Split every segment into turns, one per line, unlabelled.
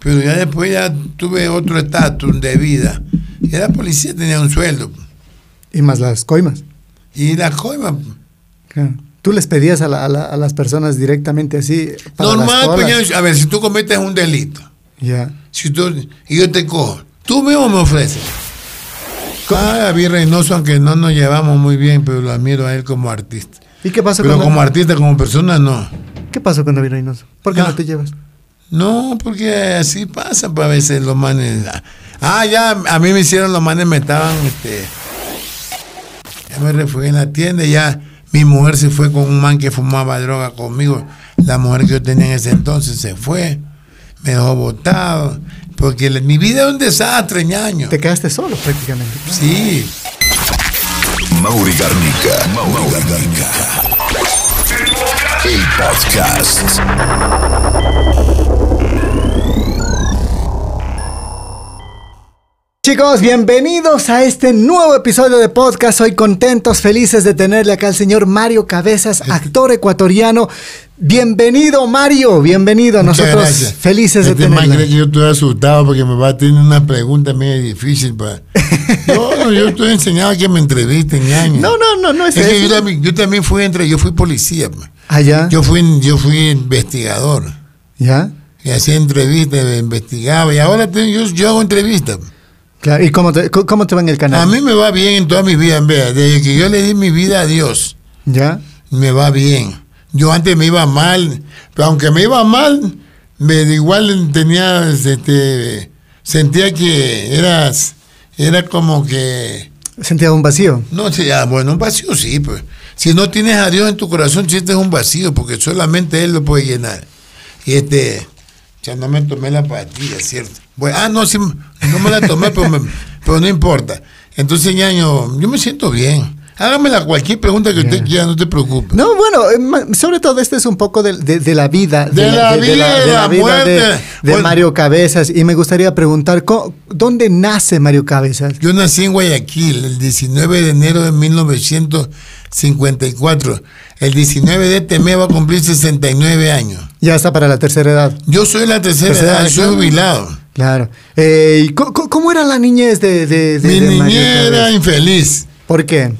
Pero ya después ya tuve otro estatus de vida. Ya la policía tenía un sueldo.
Y más las coimas.
Y las coimas.
Claro. ¿Tú les pedías a, la- a la- a las personas directamente así? para las
Normal,
colas?
pues, ya, a ver, si tú cometes un delito,
Ya.
si tú, y yo te cojo, tú mismo me ofreces. Ah, David Reynoso, aunque no nos llevamos muy bien, pero lo admiro a él como artista.
¿Y qué pasó,
Pero
con,
como artista, como persona, no.
¿qué pasó con David Reynoso? ¿Por qué
Ah.
no te llevas?
No, porque así pasa, pues a veces los manes. Ah, ya, a mí me hicieron los manes, me estaban, este. Ya me refugié en la tienda y ya mi mujer se fue con un man que fumaba droga conmigo. La mujer que yo tenía en ese entonces se fue, me dejó botado. Porque la- mi vida es un desastre, ñaño.
Te quedaste solo prácticamente.
Sí.
Mauri Garnica. Mauri Garnica. El podcast.
Chicos, bienvenidos a este nuevo episodio de podcast. Soy contentos, felices de tenerle acá al señor Mario Cabezas,
Este.
actor ecuatoriano. Bienvenido, Mario. Bienvenido.
Muchas
Nosotros
gracias.
felices de
Este man cree que
tenerle.
yo estoy asustado porque me va a tener una pregunta medio difícil. Para... No, no, yo estoy enseñado a que me entrevisten, ñaño.
No, no, no, no es,
Es que yo
eso. Ah,
también, yo también fui entre, yo fui policía, pues.
Allá.
yo fui yo fui investigador
¿Ya?
y hacía entrevistas, e investigaba y ahora te- yo, yo hago entrevistas.
Claro. ¿Y cómo te, cómo te va en el canal?
A mí me va bien en toda mi vida, en verdad. desde que yo le di mi vida a Dios,
¿Ya?
me va bien. Yo antes me iba mal, pero aunque me iba mal, me igual tenía este, sentía que eras era como que
¿Sentía un vacío?
No, sí, ah, bueno, un vacío sí, pues. Si no tienes a Dios en tu corazón, sientes un vacío, porque solamente Él lo puede llenar. Y este, ya no me tomé la pastilla, ¿cierto? Bueno, ah, no, sí, no me la tomé, pero, me- pero no importa. Entonces, ñaño, yo me siento bien. Hágamela cualquier pregunta que usted quiera, no te preocupes.
No, bueno, eh, ma- sobre todo este es un poco del- de, de la vida.
De la vida, de la muerte. Pues
de- de
Bueno.
Mario Cabezas. Y me gustaría preguntar, co- ¿dónde nace Mario Cabezas?
Yo nací en Guayaquil el 19 de enero de 1954. El 19 de este mes va a cumplir 69 años.
Ya está para la tercera edad.
Yo soy la tercera,
Tercera
edad,
edad,
soy
claro.
jubilado.
Claro. Eh, ¿y co- co- ¿Cómo era la niñez de, de, de-
Mi
de Mario
niñera
Cabezas?
infeliz.
¿Por qué?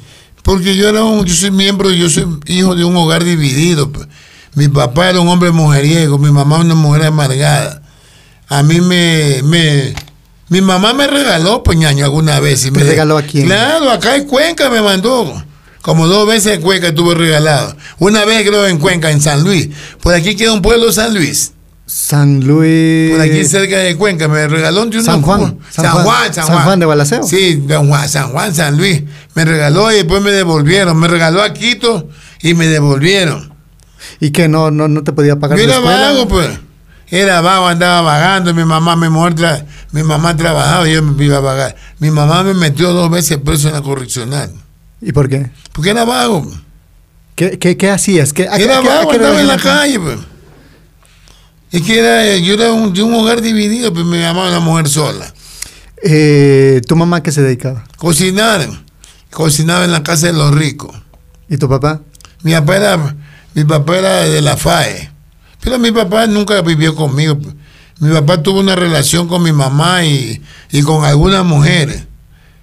Porque yo era un, yo soy miembro, yo soy hijo de un hogar dividido. pues. Mi papá era un hombre mujeriego, mi mamá una mujer amargada. A mí me, me mi mamá me regaló poñaño alguna vez. Y
¿Te
me
regaló a quién?
Claro, acá en Cuenca me mandó. Como dos veces en Cuenca estuve regalado. Una vez creo en Cuenca, en San Luis. Por aquí queda un pueblo San Luis.
San Luis.
Por aquí cerca de Cuenca, me regaló de unos
San Juan,
cu-
San
San
Juan,
Juan, San
San
Juan.
Juan de Balaceo.
Sí, San Juan, San Juan, San Luis. Me regaló y después me devolvieron. Me regaló a Quito y me devolvieron.
¿Y que no, no, no te podía pagar
Yo
la
era
escuela?
vago, pues. Era vago, andaba vagando. Mi mamá, mi mujer, tra- mi mamá trabajaba y yo me iba a vagar. Mi mamá me metió dos veces preso en la correccional.
¿Y por qué?
Porque era vago. pues.
¿Qué, qué, qué hacías? ¿Qué, a-
Era
a- a- a-
vago,
qué
andaba en la
edad?
calle, pues. Es que era, yo era un- de un hogar dividido, pues me llamaba una mujer sola.
Eh, ¿Tu mamá qué se dedicaba?
cocinar, cocinaba en la casa de los ricos.
¿Y tu papá?
Mi papá era, mi papá era de la FAE, pero mi papá nunca vivió conmigo. Mi papá tuvo una relación con mi mamá y, y con algunas mujeres.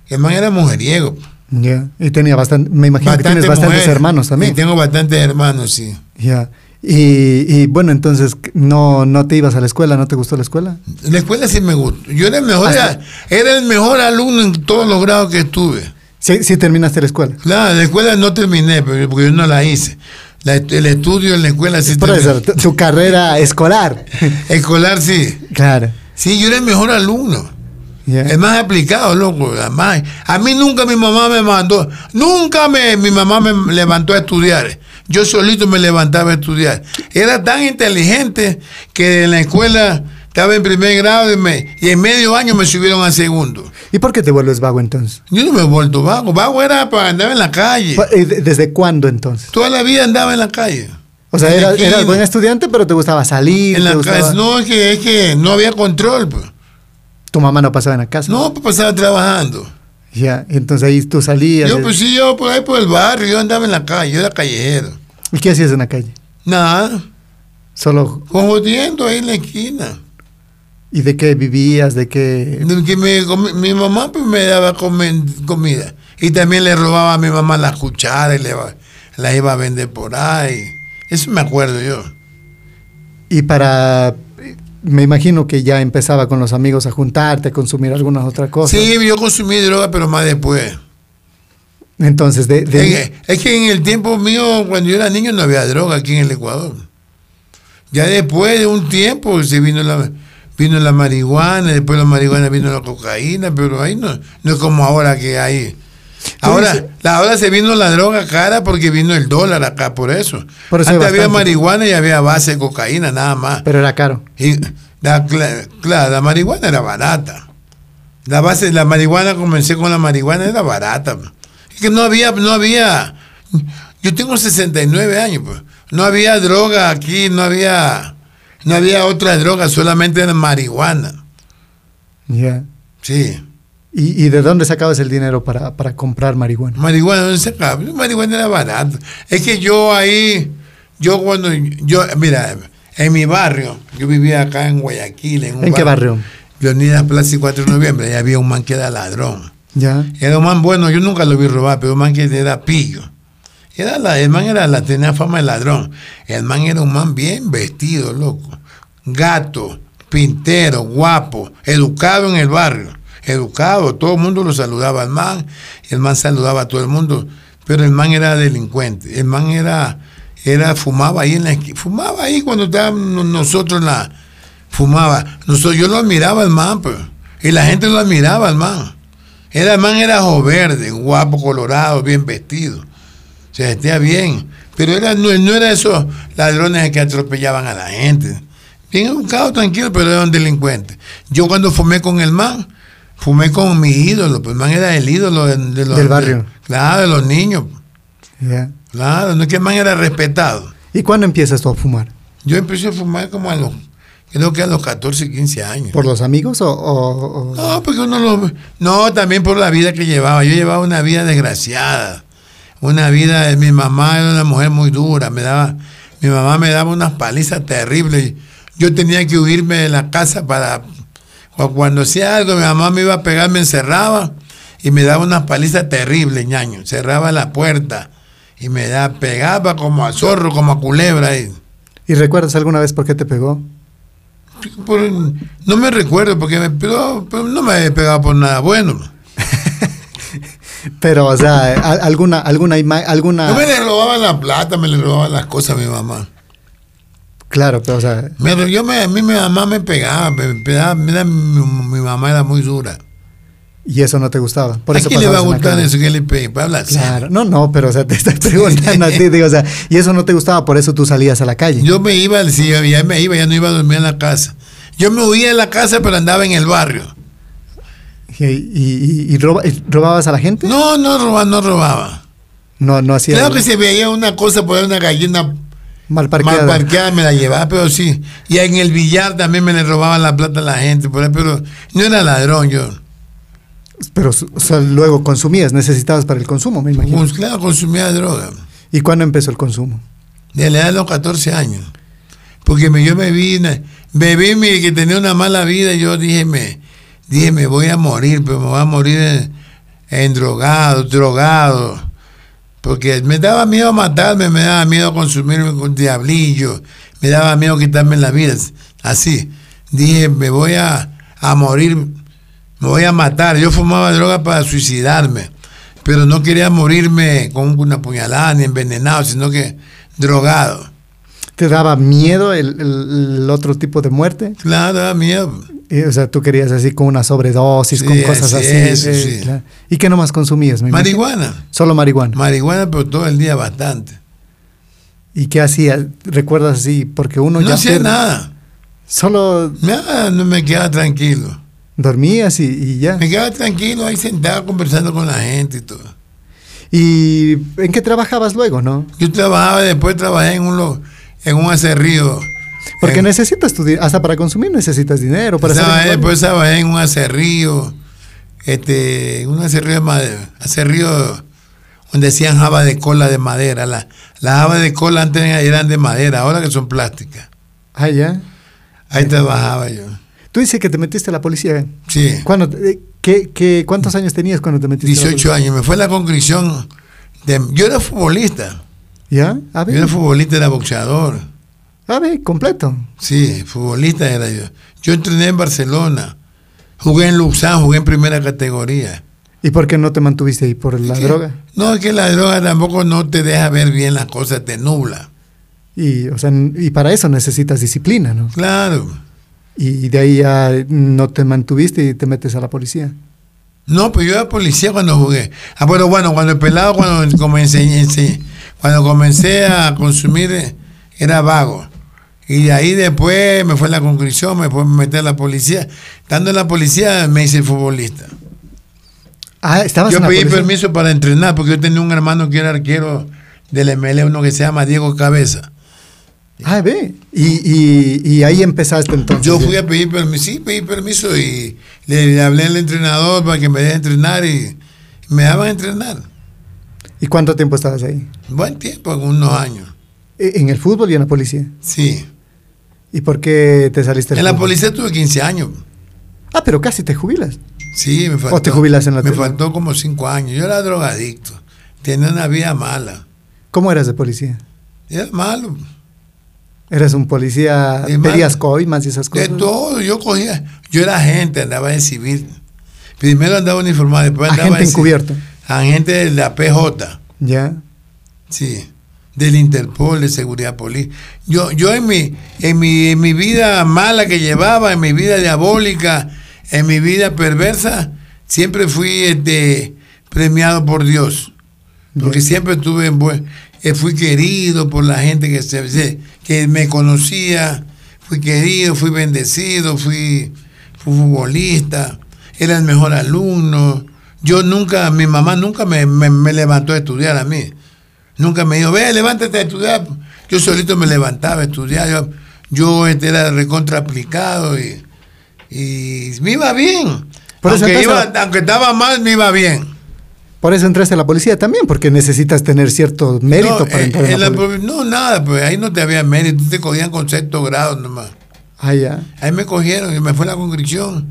El man era mujeriego.
Ya. Y tenía bastante, me imagino que tienes bastantes
mujeres.
hermanos también.
Y tengo bastantes hermanos, sí.
Ya. Y, y bueno, entonces, ¿no, ¿no te ibas a la escuela? ¿No te gustó la escuela?
La escuela sí me gustó. Yo era el mejor,
Hasta-
era, era el mejor alumno en todos los grados que estuve.
Sí, sí terminaste la escuela.
Claro, la escuela no terminé, pero- porque yo no la hice. La- el estudio en la escuela sí
Por
terminé.
eso, tu, tu carrera escolar.
Escolar sí.
claro.
Sí, yo era el mejor alumno.
Ya.
El más aplicado, loco. Además, a mí nunca mi mamá me mandó. Nunca me, mi mamá me levantó a estudiar. Yo solito me levantaba a estudiar. Era tan inteligente que en la escuela estaba en primer grado y, me- y en medio año me subieron a segundo.
¿Y por qué te vuelves vago entonces?
Yo no me he vuelto vago. Vago era para andar en la calle.
Pa- eh, de- ¿Desde cuándo entonces?
Toda la vida andaba en la calle.
O sea,
En la
eras, eras
esquina.
buen estudiante, pero te gustaba salir.
En
te
la
gustaba-
calle. No, es que, es que no había control. pues.
Tu mamá no pasaba en la casa.
No, pues, pasaba trabajando.
Ya, entonces ahí tú salías.
Yo,
eh,
pues sí, yo por ahí por el barrio, yo andaba en la calle, yo era callejero.
¿Y qué hacías en la calle?
Nada,
Solo.
jodiendo ahí en la esquina.
¿Y de qué vivías? ¿De qué...?
De que me comi- mi mamá pues, me daba comi- comida. Y también le robaba a mi mamá las cucharas y le, va- la iba a vender por ahí. Eso me acuerdo yo.
Y para... Me imagino que ya empezaba con los amigos a juntarte, a consumir algunas otras cosas.
Sí, yo consumí droga, pero más después.
Entonces, de... de-
Es, que- Eh, es que en el tiempo mío, cuando yo era niño, no había droga aquí en el Ecuador. Ya después de un tiempo se vino la vino la marihuana, después de la marihuana vino la cocaína, pero ahí no, no es como ahora que hay.
dices-
Ahora, la- ahora se vino la droga cara porque vino el dólar acá, por eso.
Por eso hay
Antes había
bastante.
marihuana y había base de cocaína, nada más.
Pero era caro.
Y la, cla- claro, la marihuana era barata. La base de la marihuana, comencé con la marihuana, era barata. pues. Es que no había, no había. Yo tengo 69 años, pues. No había droga aquí, no había. No había otra droga, solamente era marihuana.
Ya.
Sí.
¿Y, y de dónde sacabas el dinero para, para comprar marihuana?
Marihuana no se acaba. Marihuana era barato. Es que yo ahí, yo cuando. yo Mira, en mi barrio, yo vivía acá en Guayaquil. ¿En, un
¿En qué barrio?
Leonidas Plaza y 4 de noviembre, ya había un man que era ladrón.
Ya.
Era un man bueno, yo nunca lo vi robar, pero un man que era pillo. Era la, el man era la, tenía fama de ladrón. El man era un man bien vestido, loco. Gato, pintero, guapo, educado en el barrio. Educado, todo el mundo lo saludaba al man, el man saludaba a todo el mundo, pero el man era delincuente. El man era, era fumaba ahí en la esquina. Fumaba ahí cuando estábamos nosotros en la, fumaba. Nosotros, yo lo admiraba al man, pues. Y la gente lo admiraba al man. Era el man, era joverde, guapo, colorado, bien vestido. Se vestía bien. Pero era, no, no era esos ladrones que atropellaban a la gente. Bien educado, tranquilo, pero era un delincuente. Yo cuando fumé con el man, fumé con mi ídolo. Pues el man era el ídolo de, de los,
Del barrio.
de- claro, de los niños.
ya.
Claro, no es que el man era respetado.
¿Y cuándo empiezas tú a fumar?
Yo empecé a fumar como a los, creo que a los 14, 15 años.
¿Por los amigos o...? o- o-
No, porque uno lo. No, también por la vida que llevaba. Yo llevaba una vida desgraciada. Una vida. Mi mamá era una mujer muy dura. Me daba, mi mamá me daba unas palizas terribles. Yo tenía que huirme de la casa para. cu- Cuando hacía algo, mi mamá me iba a pegar, me encerraba y me daba unas palizas terribles, ñaño. Cerraba la puerta y me da, pegaba como a zorro, como a culebra. y-
¿Y recuerdas alguna vez por qué te pegó?
por- no me recuerdo porque me pegó, pero no me había pegado por nada bueno.
Pero, o sea, a- alguna, alguna, ima- alguna...
Yo me le robaba la plata, me le robaba las cosas a mi mamá.
Claro, pero, o sea,
Me- yo me- a mí mi mamá me pegaba, me pegaba mira, mi, mi mamá era muy dura.
y eso no te gustaba. Por
¿A
eso
quién le va a
pasabas en la
gustar
calle.
eso que le pegue? Para hablar.
Claro, no, no, pero, o sea, te estás preguntando a ti, digo, o sea, y eso no te gustaba, por eso tú salías a la calle.
Yo me iba, sí, ya me iba, ya no iba a dormir en la casa. Yo me huía de la casa, pero andaba en el barrio.
¿Y, y- y- y roba- y robabas a la gente?
No, no robaba, no robaba.
No, no hacía
claro que si veía una cosa, por ahí, una gallina
mal parqueada.
mal parqueada, me la llevaba, pero sí. Y en el billar también me le robaban la plata a la gente, por ahí, pero no era ladrón yo.
Pero, o sea, luego consumías, necesitabas para el consumo, me imagino.
Pues, claro, consumía droga.
¿Y cuándo empezó el consumo?
de la edad de los 14 años. Porque me- yo me vi, na- me vi mi- que tenía una mala vida y yo dije, me, dije, me voy a morir, pero me voy a morir en, en drogado, drogado. Porque me daba miedo matarme, me daba miedo consumirme con diablillo, me daba miedo quitarme la vida. Así. Dije, me voy a, a morir, me voy a matar. Yo fumaba droga para suicidarme, pero no quería morirme con una puñalada ni envenenado, sino que drogado.
¿Te daba miedo el, el- el otro tipo de muerte?
Claro, daba miedo.
Eh, o sea, tú querías así con una sobredosis,
Sí,
con cosas
sí,
así.
eso,
eh,
sí.
claro. ¿Y qué nomás consumías? me imagino?
Marihuana.
Solo marihuana.
Marihuana, pero todo el día bastante.
¿Y qué hacías? ¿Recuerdas así? Porque uno
No,
ya...
hacía
pierde.
nada.
Solo
Nada, no me quedaba tranquilo.
dormías y, y ya.
Me quedaba tranquilo ahí sentado conversando con la gente y todo.
¿Y en qué trabajabas luego, no?
Yo trabajaba, después trabajé en un, lo- en un acerrío.
Porque
En-
necesitas tu di- hasta para consumir necesitas dinero. Para hacer
trabajé,
el-
después trabajé pues, en un acerrío, este, un acerrío de madera, acerrío donde hacían jabas de cola de madera. La- las habas de cola antes eran de madera, ahora que son plásticas.
Ah, ya.
Ahí trabajaba yo.
¿Tú Tú dices que te metiste a la policía.
Sí.
¿Cuándo, te- eh, qué, qué- ¿Cuántos años tenías cuando te metiste? a la
18 años. Me fue la conclusión. De, yo era futbolista.
policía? ¿Ya? A
Yo era
ver,
futbolista, era boxeador.
a ver, completo.
Sí, futbolista era yo. Yo entrené en Barcelona. Jugué en Luxán, jugué en primera categoría.
¿Y por qué no te mantuviste ahí? ¿Por la
¿Qué?
droga?
No, es que la droga tampoco no te deja ver bien las cosas, te nubla.
Y, o sea, n- y para eso necesitas disciplina, ¿no?
Claro.
Y, y de ahí ya no te mantuviste y te metes a la policía.
No, pero yo era policía cuando jugué. Ah, pero bueno, cuando el pelado, cuando comencé, ense- cuando comencé a consumir, eh, era vago. Y de ahí después me fue la conclusión, me fue meter a la policía. Estando en la policía me hice futbolista.
Ah, estabas
Yo
en la
pedí
policía?
permiso para entrenar porque yo tenía un hermano que era arquero del ML, uno que se llama Diego Cabeza.
Ah, ve. Y, y- y ahí empezaste entonces.
Yo fui a pedir permiso, sí, pedí permiso y le, le hablé al entrenador para que me deje entrenar y me daban entrenar.
¿Y cuánto tiempo estabas ahí?
Buen tiempo, unos años.
E- En el fútbol y en la policía.
Sí.
¿Y por qué te saliste del
En la
fútbol?
policía tuve 15 años.
Ah, pero casi te jubilas.
Sí, me faltó.
te jubilas en la
Me
tele.
faltó como 5 años. Yo era drogadicto. Tenía una vida mala.
¿Cómo eras de policía?
Era malo.
¿Eras un policía?
De mar-
¿Pedías coimas y esas
De
cosas?
todo. Yo cogía. Yo era agente, andaba en civil. Primero andaba uniformado, después andaba
Agente
en civil.
encubierto.
Agente de la PJ.
Ya.
Sí, del Interpol, de seguridad política. Yo, yo en, mi, en, mi, en mi vida mala que llevaba, en mi vida diabólica, en mi vida perversa, siempre fui este, premiado por Dios. Porque siempre estuve en buen, eh, fui querido por la gente que, se, se- que me conocía, fui querido, fui bendecido, fui, fui futbolista, era el mejor alumno. Yo nunca, mi mamá nunca me, me- me levantó a estudiar a mí. Nunca me dijo, ve, levántate a estudiar. Yo solito me levantaba a estudiar. Yo, yo este, era recontra aplicado y, y me iba bien.
Por eso
aunque,
entonces-
iba- aunque estaba mal, me iba bien.
Por eso entraste a la policía también, porque necesitas tener cierto mérito
No,
para
eh,
entrar a
en
la
la
policía.
provi- no, nada, pues ahí no te había mérito, te cogían con sexto grado nomás.
Ah, ya.
Ahí me cogieron y me fue la congresión.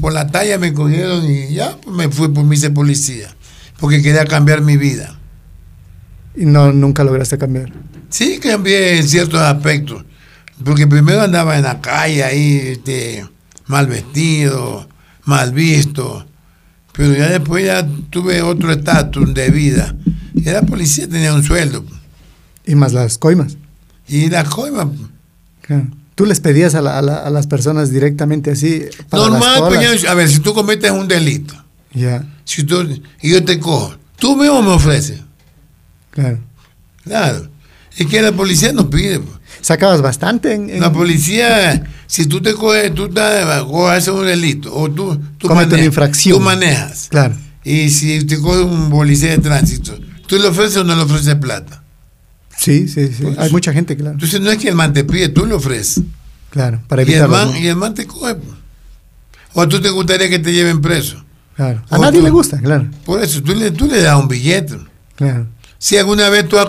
Por la talla me cogieron y ya pues, me fui, por me hice policía. Porque quería cambiar mi vida.
Y no, nunca lograste cambiar.
Sí, cambié en ciertos aspectos. Porque primero andaba en la calle ahí, este, mal vestido, mal visto. Pero ya después ya tuve otro estatus de vida. Era policía, tenía un sueldo.
Y más las coimas.
Y las coimas.
Claro. ¿Tú les pedías a, la- a la- a las personas directamente así? para las
Normal,
colas?
pues, ya, a ver, si tú cometes un delito,
Ya,
si tú, y yo te cojo, tú mismo me ofreces.
claro.
Claro. Es que la policía nos pide. pues.
Sacabas bastante en... en-
La policía, si tú te coges, tú estás- o haces un delito, o tú, tú,
Comete una infracción.
tú manejas.
Claro.
Y si te coge un policía de tránsito, ¿tú le ofreces o no le ofreces plata?
Sí, sí, sí.
Pues-
Hay mucha gente, claro.
Entonces no es que el man te pide, tú le ofreces.
Claro, para
Y el,
evitarlo.
man,
¿no?
y el man te coge. pues. O tú te gustaría que te lleven preso.
Claro. A
o
nadie
tú-
le gusta, claro.
Por eso, tú le, tú le das un billete.
Claro.
Si alguna vez tú, has-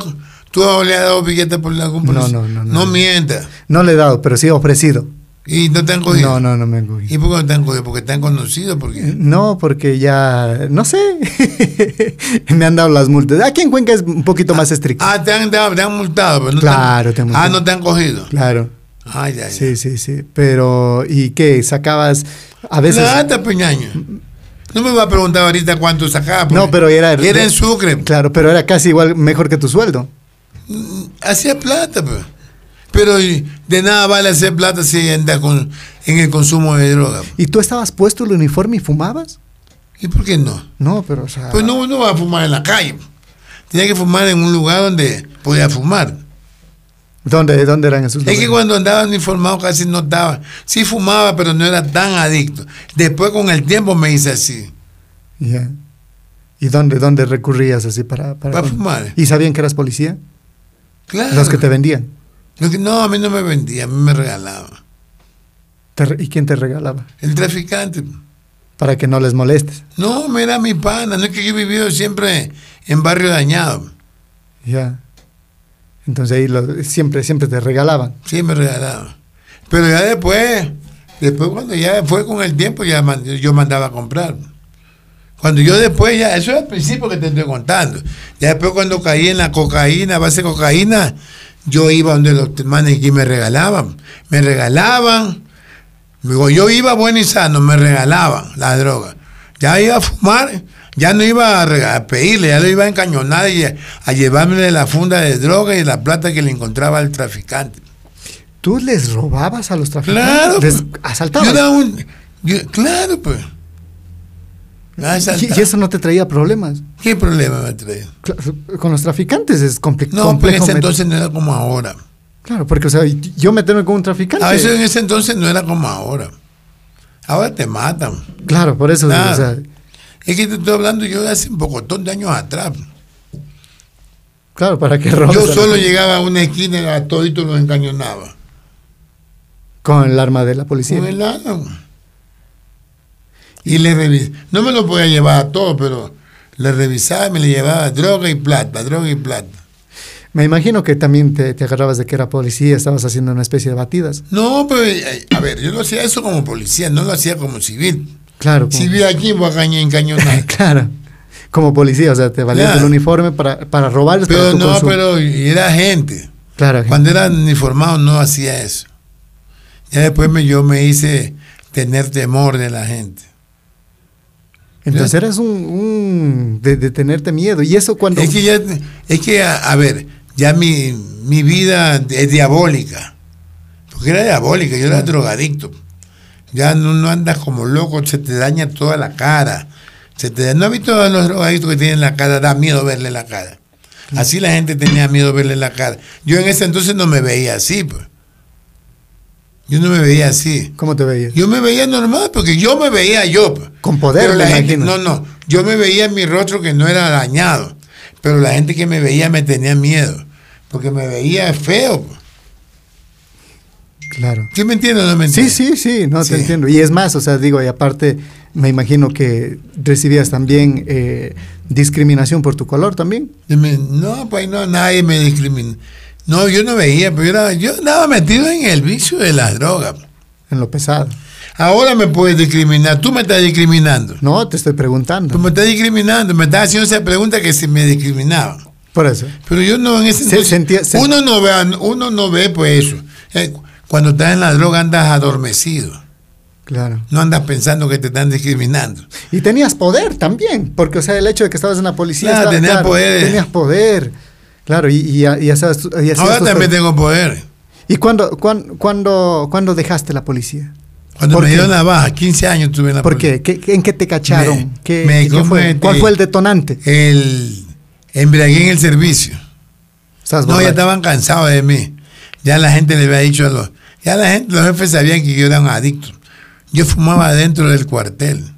tú has- le has dado billetes por algún
No,
proceso,
no, no, no.
no mientas.
No le he dado, pero sí he ofrecido.
Y no te han cogido.
No, ¿Eh? no, no me han cogido.
¿Y por qué no te han cogido? Porque te han conocido. Porque...
No, porque ya, no sé, me han dado las multas. Aquí en Cuenca es un poquito más estricto.
Ah, te han, dado- te han multado. Pero no
Claro, te
te
han
han...
multado.
Ah, no te han cogido.
Claro,
Ay, ya, ya.
sí, sí, sí. Pero, ¿y qué? ¿Sacabas a veces?
Nada, Peñaño. No me va a preguntar ahorita cuánto sacaba. porque
No, pero era...
Era en Sucre.
Claro, pero era casi igual, mejor que tu sueldo.
Hacía plata, pues. Pero y, de nada vale hacer plata si anda con, en el consumo de droga.
¿Y tú estabas puesto el uniforme y fumabas?
¿Y por qué no?
No, pero, o sea...
Pues no, no va a fumar en la calle. Tenía que fumar en un lugar donde podía fumar.
¿Dónde, dónde eran esos
Es que
lugares?
cuando andaba uniformado casi no estaba. Sí fumaba, pero no era tan adicto. Después con el tiempo me hice así.
Ya. ¿Y dónde, dónde recurrías así para,
Para fumar.
¿Y sabían que eras policía?
Claro.
Los que te vendían.
Los que- no, a mí no me vendía, a mí me regalaba.
Te re- ¿Y quién te regalaba?
El traficante.
Para que no les molestes.
No, me era mi pana. No es que yo he vivido siempre en barrio dañado.
Ya. Entonces ahí lo- siempre, siempre te regalaban.
Sí, me regalaba. Pero ya después, Después cuando ya fue con el tiempo, ya man- yo mandaba a comprar. Cuando yo después ya, eso es al principio que te estoy contando. Ya después cuando caí en la cocaína, base de cocaína, yo iba donde los hermanos y me regalaban. Me regalaban. Digo, yo iba bueno y sano, me regalaban la droga. Ya iba a fumar, ya no iba a, rega- a pedirle, ya lo iba a encañonar y a, a llevarme la funda de droga y la plata que le encontraba al traficante.
¿Tú les robabas a los traficantes?
Claro.
¿Les
pues.
asaltabas?
Yo daba un- yo- claro, pues.
Y-
Asaltaba.
Y eso no te traía problemas.
¿Qué problema me traía?
Cla- Con los traficantes es compli-
No, pero en
complejo.
ese
met-
entonces no era como ahora.
Claro, porque o sea, y- yo meterme con un traficante.
A veces en ese entonces no era como ahora. Ahora te matan.
Claro, por eso.
Claro.
o sea,
Es que te estoy hablando yo de hace un pocotón de años atrás.
claro, para que robes. a
Yo
la
solo
gente.
llegaba a una esquina y a todito los encañonaba.
Con el arma de la policía.
Con el arma. Y le revisaba. No me lo podía llevar a todo, pero le revisaba y me le llevaba droga y plata, droga y plata.
Me imagino que también te, te agarrabas de que era policía, estabas haciendo una especie de batidas.
No, pero eh, a ver, yo lo hacía eso como policía, no lo hacía como civil.
Claro. como-
Civil aquí voy a caña- encañonar.
claro. Como policía, o sea, te valías
Claro.
del uniforme para, para robarles. para
Pero
tu
no,
consumo.
pero era gente.
Claro.
Cuando era uniformado no hacía eso. Ya después me, yo me hice tener temor de la gente.
Entonces eras un, un de, de tenerte miedo. Y eso cuando...
Es que ya, es que a, a ver, ya mi, mi vida es diabólica. Porque era diabólica, yo era drogadicto. Ya no, no andas como loco, se te daña toda la cara. Se te, ¿No has visto a los drogadictos que tienen la cara? Da miedo verle la cara. Así la gente tenía miedo verle la cara. Yo en ese entonces no me veía así, pues. Yo no me veía así.
¿Cómo te veías?
Yo me veía normal, porque yo me veía yo. pues.
Con poder,
Pero la
me
gente-
imagino.
no, no. Yo me veía en mi rostro que no era dañado. Pero la gente que me veía me tenía miedo. Porque me veía feo. pues.
Claro.
¿Sí me entiendes o no me
Sí,
entiendes?
sí, sí, no
Sí.
te entiendo. Y es más, o sea, digo, y aparte me imagino que recibías también eh, discriminación por tu color también.
Y me- no, pues no, nadie me discriminó. No, yo no veía, pero yo, era- yo andaba metido en el vicio de las drogas. pues.
En lo pesado.
Ahora me puedes discriminar, tú me estás discriminando.
No, te estoy preguntando.
Tú Pues me estás discriminando, me estás haciendo esa pregunta que si me discriminaban.
Por eso.
Pero yo no en ese
Se- sentía- se-
uno no ve, uno no ve pues eso. Eh, Cuando estás en la droga andas adormecido,
Claro.
no andas pensando que te están discriminando.
Y tenías poder también, porque, o sea, el hecho de que estabas en la policía.
Claro,
estaba-
tenía poder.
Tenías poder. Claro, y, y, y hacías tu- y hacías
Ahora
tus-
también tengo poder.
¿Y cuándo, cuán- cuándo, cuándo dejaste la policía?
Cuando
¿Por
me
qué?
dieron la baja, 15 años estuve en la
¿Por
policía.
qué? ¿Qué- qué- ¿En qué te cacharon?
Me-
¿Qué,
me
qué fue?
comete-
¿Cuál fue el detonante?
El embriagué en el servicio.
Estabas
No, ya
borracho.
estaban cansados de mí. Ya la gente le había dicho a los. Ya la gente, los jefes sabían que yo era un adicto. Yo fumaba dentro del cuartel.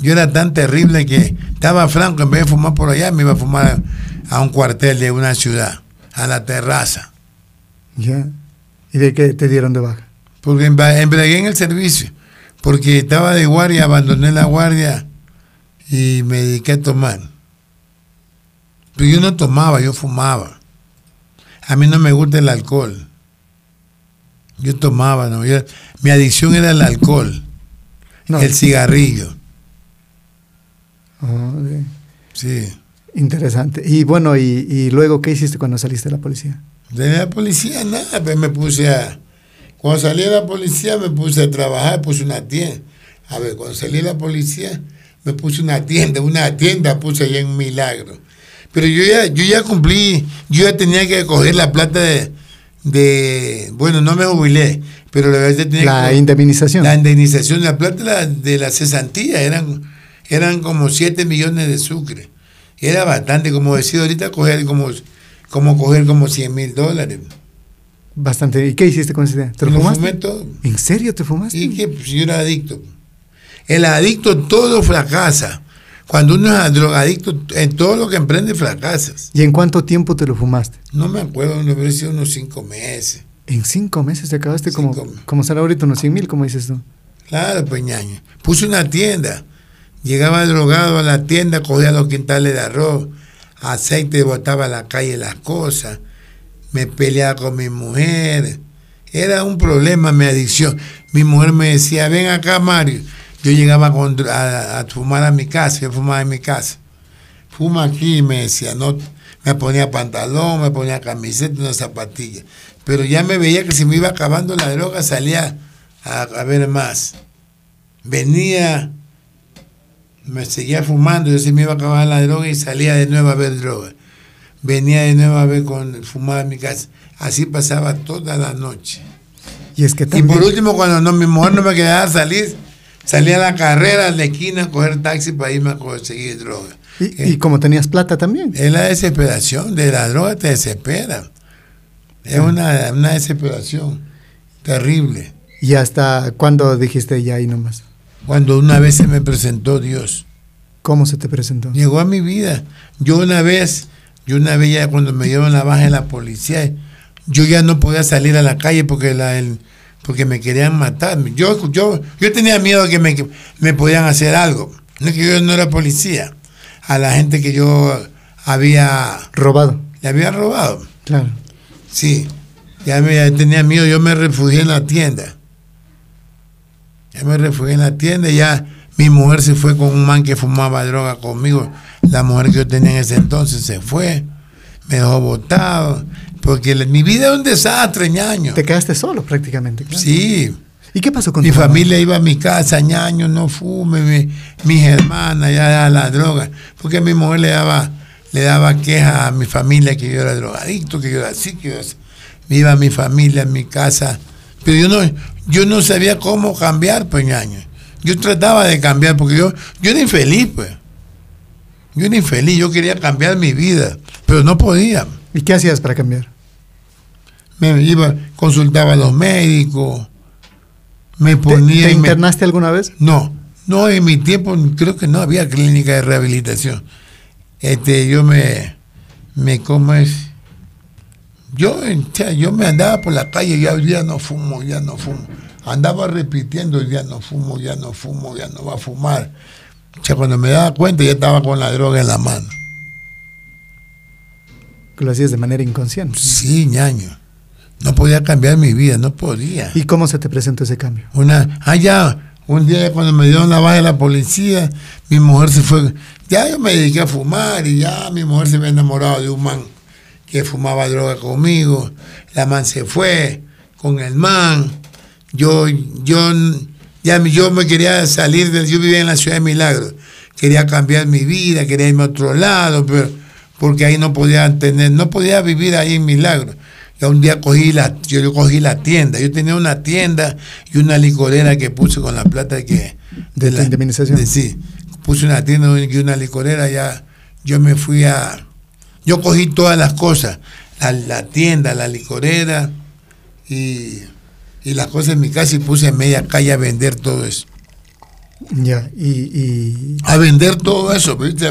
Yo era tan terrible que estaba franco, en vez de fumar por allá, me iba a fumar a, un cuartel de una ciudad, a la terraza.
Ya. ¿Y de qué te dieron de baja?
Porque emba- embriagué en el servicio. Porque estaba de guardia, abandoné la guardia y me dediqué a tomar. Pero yo no tomaba, yo fumaba. A mí no me gusta el alcohol. Yo tomaba, no. Yo- mi adicción era el alcohol,
No.
el cigarrillo.
Ah, de-
Sí.
Interesante. Y bueno, y, y luego, ¿qué hiciste cuando saliste de la policía?
De la policía nada, pues me puse a... Cuando salí de la policía me puse a trabajar, puse una tienda. A ver, cuando salí de la policía me puse una tienda, una tienda puse allá en Milagro. Pero yo ya, yo ya cumplí, yo ya tenía que coger la plata de... de- bueno, no me jubilé, pero la verdad tenía
La
que...
indemnización.
La indemnización, la plata de la, de la cesantía eran, eran como 7 millones de sucre. Era bastante, como decía ahorita, coger como, como coger como 100 mil dólares.
Bastante. ¿Y qué hiciste con ese dinero? ¿Te lo
Me lo
fumaste?
fumé todo.
¿En serio te fumaste?
Y que pues, yo era adicto. El adicto todo fracasa. Cuando uno es drogadicto, en todo lo que emprende fracasas.
¿Y en cuánto tiempo te lo fumaste?
No me acuerdo, no hubiera sido unos 5 meses.
En cinco meses te acabaste
Cinco.
como, como será ahorita unos 100 mil, como dices tú.
Claro, Peñaño. Puse una tienda. Llegaba drogado a la tienda, cogía los quintales de arroz, aceite, botaba a la calle las cosas. Me peleaba con mi mujer. Era un problema mi adicción. Mi mujer me decía, ven acá Mario. Yo llegaba con dro- a, a fumar a mi casa, yo fumaba en mi casa. Fuma aquí, me decía, no, me ponía pantalón, me ponía camiseta, una zapatilla. Pero ya me veía que si me iba acabando la droga salía a, a ver más. Venía, me seguía fumando, yo se me iba a acabar la droga y salía de nuevo a ver droga. Venía de nuevo a ver con fumar en mi casa. Así pasaba toda la noche.
Y es que
Y
también.
por último, cuando no, mi mujer no me quedaba salir, salía a la carrera, a la esquina, a coger taxi para irme a conseguir droga.
y, y como tenías plata también.
Es la desesperación, de la droga te desespera. Es una, una desesperación terrible.
Y hasta cuándo dijiste ya ahí nomás.
Cuando una vez se me presentó Dios,
¿Cómo se te presentó?
llegó a mi vida. Yo una vez, yo una vez ya cuando me dieron la baja de la policía, yo ya no podía salir a la calle porque la el- porque me querían matar. Yo, yo, yo tenía miedo que me, que me podían hacer algo. No es que yo no era policía. A la gente que yo había,
Robado.
le había robado.
Claro.
Sí, ya, me, ya tenía miedo, yo me refugié en la tienda. Ya me refugié en la tienda, y ya mi mujer se fue con un man que fumaba droga conmigo. La mujer que yo tenía en ese entonces se fue, me dejó botado, porque la- mi vida es un desastre, ñaño.
Te quedaste solo prácticamente. claro.
Sí,
¿Y qué pasó con
mi
tu mamá?
familia iba a mi casa, ñaño, no fume, mi- mis hermanas, ya daban la droga, porque mi mujer le daba, le daba queja a mi familia que yo era drogadicto, que yo era así, que yo era así. Me Iba a mi familia, a mi casa, pero yo no, yo no sabía cómo cambiar, pues ñaño. Yo trataba de cambiar, porque yo, yo era infeliz, pues. Yo era infeliz, yo quería cambiar mi vida, pero no podía.
¿Y qué hacías para cambiar?
Me iba, consultaba a los médicos, me
¿Te,
ponía
te
y me-
internaste alguna vez?
No, no, en mi tiempo creo que no había clínica de rehabilitación. Este, yo me, me como es. Yo, o sea, yo me andaba por la calle, ya, ya no fumo, ya no fumo. Andaba repitiendo, ya no fumo, ya no fumo, ya no va a fumar. O sea, cuando me daba cuenta ya estaba con la droga en la mano.
Que lo hacías de manera inconsciente.
Sí, ñaño. No podía cambiar mi vida, no podía.
¿Y cómo se te presentó ese cambio?
Una, ah, ya, un día cuando me dieron la baja de la policía, mi mujer se fue. Ya yo me dediqué a fumar y ya mi mujer se había enamorado de un man que fumaba droga conmigo. La man se fue con el man. Yo, yo, ya me- yo me quería salir, de, yo vivía en la ciudad de Milagro. Quería cambiar mi vida, quería irme a otro lado, pero porque ahí no podía tener, no podía vivir ahí en Milagro. Ya un día cogí la, yo yo cogí la tienda. Yo tenía una tienda y una licorera que puse con la plata que
De tu
la-
indemnización.
de- sí, puse una tienda y una licorera. Ya yo me fui a, yo cogí todas las cosas, la, la tienda, la licorera y, y las cosas en mi casa y puse en media calle a vender todo eso
Ya, y, y
a vender todo eso, ¿viste?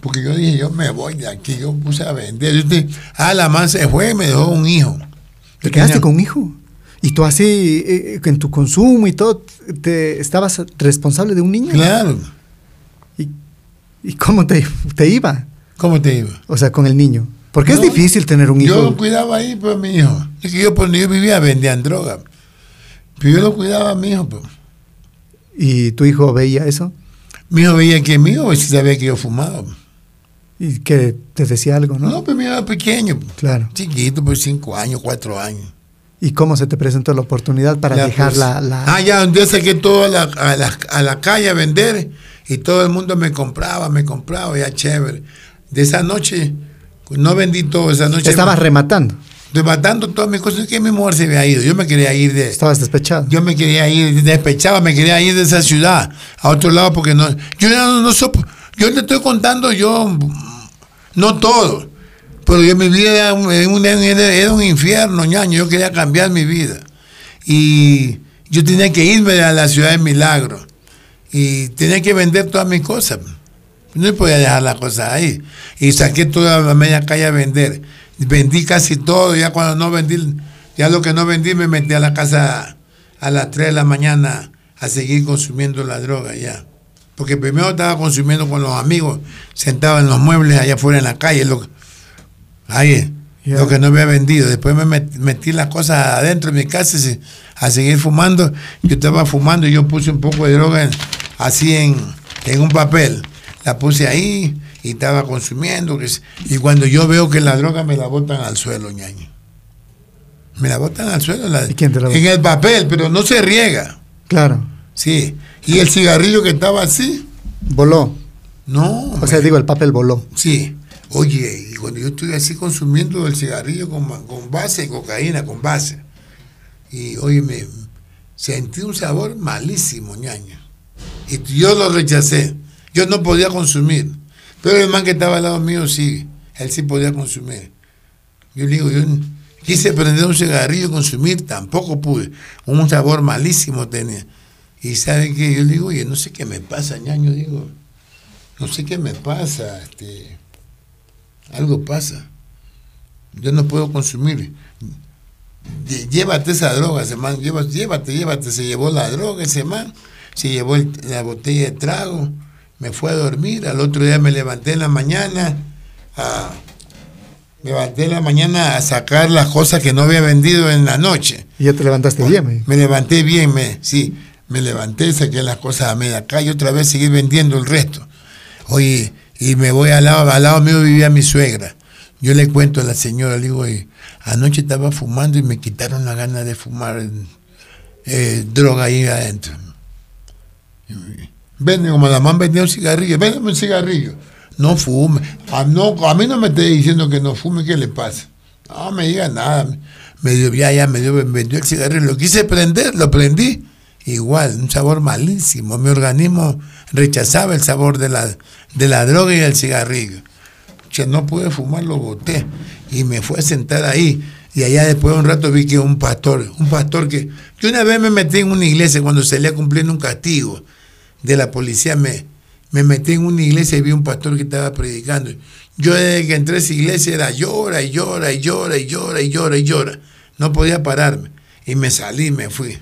Porque yo dije, yo me voy de aquí, yo puse a vender. Yo te- ah, la man se fue y me dejó un hijo.
te quedaste
tenía-
con un hijo. Y tú así, eh, en tu consumo y todo, te estabas responsable de un niño.
Claro,
¿Y, y cómo te, te iba?
¿cómo te iba?
O sea, con el niño. Porque es
No,
difícil tener un hijo.
Yo lo cuidaba ahí, pues, mi hijo. Es que yo, por donde yo vivía, vendían droga. Pero yo lo cuidaba a mi hijo, pues.
Y tu hijo veía eso
Mi hijo veía que mi hijo sí sabía que yo fumaba.
y que te decía algo, ¿no?
No, pues mi hijo era pequeño, pues.
Claro.
chiquito, pues cinco años, cuatro años.
¿Y cómo se te presentó la oportunidad para
La
dejar
puse.
la, la-
Ah, ya, un día saqué todo a la, a, la, a la calle a vender y todo el mundo me compraba, me compraba, ya chévere. De esa noche, pues, no vendí todo, esa noche.
Estabas rematando,
rematando todas mis cosas, que mi mujer se había ido. Yo me quería ir de.
estabas despechado.
Yo me quería ir, despechaba, me quería ir de esa ciudad a otro lado porque no. Yo ya no, no sopo- Yo te estoy contando, yo. mm, No todo. Pero yo mi vida era un, era un- era un infierno, ñaño. Yo quería cambiar mi vida. Y yo tenía que irme a la ciudad de Milagro. Y tenía que vender todas mis cosas. No podía dejar las cosas ahí. Y saqué toda la media calle a vender. Vendí casi todo. Ya cuando no vendí, ya lo que no vendí, me metí a la casa a las 3 de la mañana a seguir consumiendo la droga ya. Porque primero estaba consumiendo con los amigos, sentado en los muebles allá afuera en la calle. lo- ahí.
Ya.
lo que no había vendido. Después me met- metí las cosas adentro de mi casa y se- a seguir fumando. Yo estaba fumando y yo puse un poco de droga en- así en, en un papel. La puse ahí y estaba consumiendo. que se- Y cuando yo veo que la droga me la botan al suelo, ñaño. Me la botan al suelo. la-
¿Y quién te la bota?
en el papel, pero no se riega.
Claro,
Sí. Y el cigarrillo que estaba así,
voló.
no.
O sea,
hombre.
digo, el papel voló.
Sí. Oye, y cuando yo estoy así consumiendo el cigarrillo con, ma- con base de cocaína, con base. Y oye, me sentí un sabor malísimo, ñaña. Y t- yo lo rechacé. Yo no podía consumir. Pero el man que estaba al lado mío sí, él sí podía consumir. Yo le digo, yo n- quise prender un cigarrillo y consumir, tampoco pude. Un sabor malísimo tenía. Y saben que yo le digo, oye, no sé qué me pasa, ñaño, digo no sé qué me pasa, este, algo pasa. Yo no puedo consumir. Lle- Llévate esa droga, ese man, lleva- llévate, llévate. Se llevó la droga ese man, se llevó el- la botella de trago, me fue a dormir, al otro día me levanté en la mañana, a, me levanté en la mañana a sacar las cosas que no había vendido en la noche.
Y ya te levantaste bien, me dijo.
Me levanté bien, me, sí, me levanté, saqué las cosas a media calle, otra vez seguí vendiendo el resto. Oye, y me voy al lado, al lado mío vivía mi suegra. Yo le cuento a la señora, le digo, "Oye, anoche estaba fumando y me quitaron la gana de fumar eh, droga ahí adentro. Vende, como la man vendía un cigarrillo, véndeme un cigarrillo. No fume. A, no, a mí no me esté diciendo que no fume, ¿qué le pasa? No me diga nada. Me dio, ya, ya, me dio, me vendió el cigarrillo. Lo quise prender, lo prendí. Igual, un sabor malísimo. Mi organismo rechazaba el sabor de la, de la droga y del cigarrillo. Che, no pude fumar, lo boté. Y me fui a sentar ahí. Y allá después de un rato vi que un pastor, un pastor que... Yo una vez me metí en una iglesia cuando salía cumpliendo un castigo de la policía me, me metí en una iglesia y vi un pastor que estaba predicando. Yo desde que entré a esa iglesia era llora y llora y llora y llora y llora y llora. No podía pararme. Y me salí, me fui.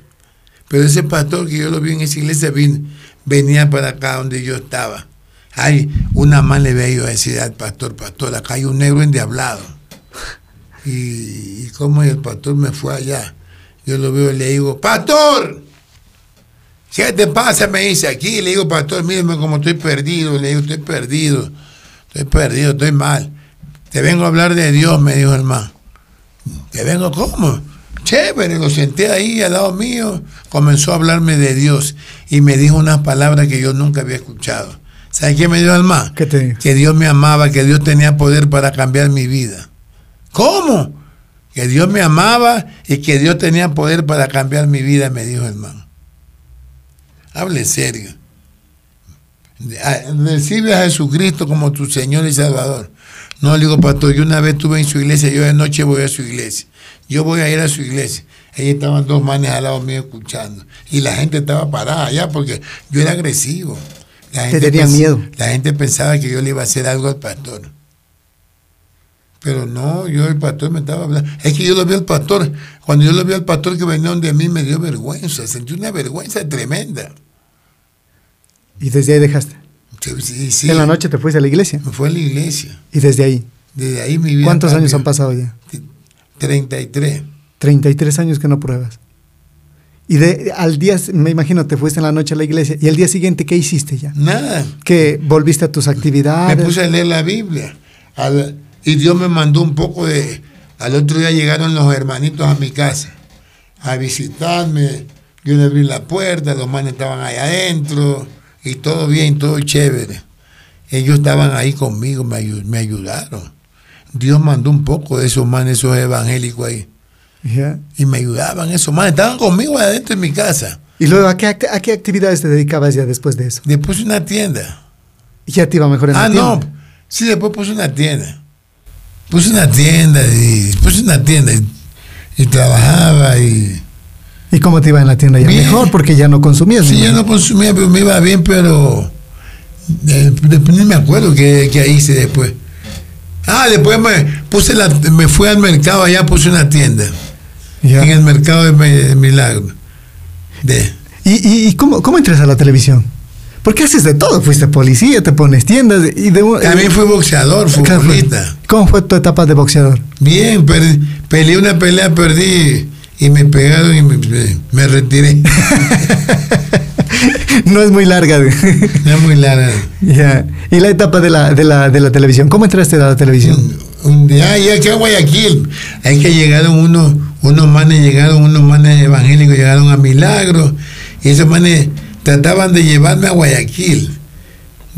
Pero ese pastor que yo lo vi en esa iglesia vin- venía para acá donde yo estaba. Ay, una más le veía yo decir al pastor, pastor, acá hay un negro endiablado. Y, y como el pastor me fue allá, yo lo veo y le digo, pastor, ¿Qué te pasa? Me dice aquí. Le digo, pastor, mírame como estoy perdido. Le digo, estoy perdido. Estoy perdido, estoy mal. Te vengo a hablar de Dios, me dijo el man. Te vengo, ¿cómo? Chévere, lo senté ahí al lado mío. Comenzó a hablarme de Dios y me dijo unas palabras que yo nunca había escuchado. ¿Sabes qué me dio el man?
¿Qué te dijo?
Que Dios me amaba, que Dios tenía poder para cambiar mi vida. ¿Cómo? Que Dios me amaba y que Dios tenía poder para cambiar mi vida, me dijo el man. Hable serio. De- a- Recibe a Jesucristo como tu Señor y Salvador. No le digo, pastor, yo una vez estuve en su iglesia, yo de noche voy a su iglesia. Yo voy a ir a su iglesia. Ahí estaban dos manes al lado mío escuchando. Y la gente estaba parada allá porque yo era agresivo. La
Te tenían
pens-
miedo.
La gente pensaba que yo le iba a hacer algo al pastor. Pero no, yo el pastor me estaba hablando. Es que yo lo vi al pastor. Cuando yo lo vi al pastor que venía donde mí me dio vergüenza. Sentí una vergüenza tremenda.
Y desde ahí dejaste.
Sí, sí, sí.
En la noche te fuiste a la iglesia.
Me fue a la iglesia.
Y desde ahí.
Desde ahí mi vida.
¿Cuántos años han
cambió.
pasado ya?
T- 33.
33 años que no pruebas. Y de, al día, me imagino, te fuiste en la noche a la iglesia. ¿Y al día siguiente qué hiciste ya?
Nada.
Que volviste a tus actividades.
me puse a leer la Biblia. Al- y Dios me mandó un poco de... Al otro día llegaron los hermanitos a mi casa a visitarme. Yo le abrí la puerta, los manes estaban ahí adentro. Y todo bien, todo chévere. Ellos estaban ahí conmigo, me, ayu- me ayudaron. Dios mandó un poco de esos manes, esos evangélicos ahí.
Ya.
Y me ayudaban eso, más estaban conmigo adentro en mi casa.
Y luego, ¿a qué, act- a qué actividades te dedicabas ya después de eso?
Después puse una tienda.
Y ya te iba mejor en la
Ah, no.
tienda.
Sí, después puse una tienda. Puse una tienda y puse una tienda y, y trabajaba y
¿Y cómo te iba en la tienda ya?
Bien.
Mejor porque ya no consumías.
sí,
¿no?
yo no consumía, pero me iba bien, pero eh, después ni me acuerdo qué, qué hice después. Ah, después me puse la, me fui al mercado allá puse una tienda
Ya.
en el mercado de, Mi- de Milagro. De,
¿Y, y- y cómo, cómo entras a la televisión? Porque haces de todo. Fuiste policía, te pones tiendas y de un-
También fui boxeador,
¿Qué fue?
futbolista.
¿Cómo fue tu etapa de boxeador?
Bien, per- peleé una pelea, perdí y me pegaron y me, me- me retiré.
no es muy larga.
No es muy larga.
Ya. Y la etapa de la, de, la, de la televisión. ¿Cómo entraste a la televisión?
Un- Un día, ah, ya que a Guayaquil, hay que llegaron unos, unos manes, llegaron unos manes evangélicos, llegaron a Milagro, y esos manes trataban de llevarme a Guayaquil.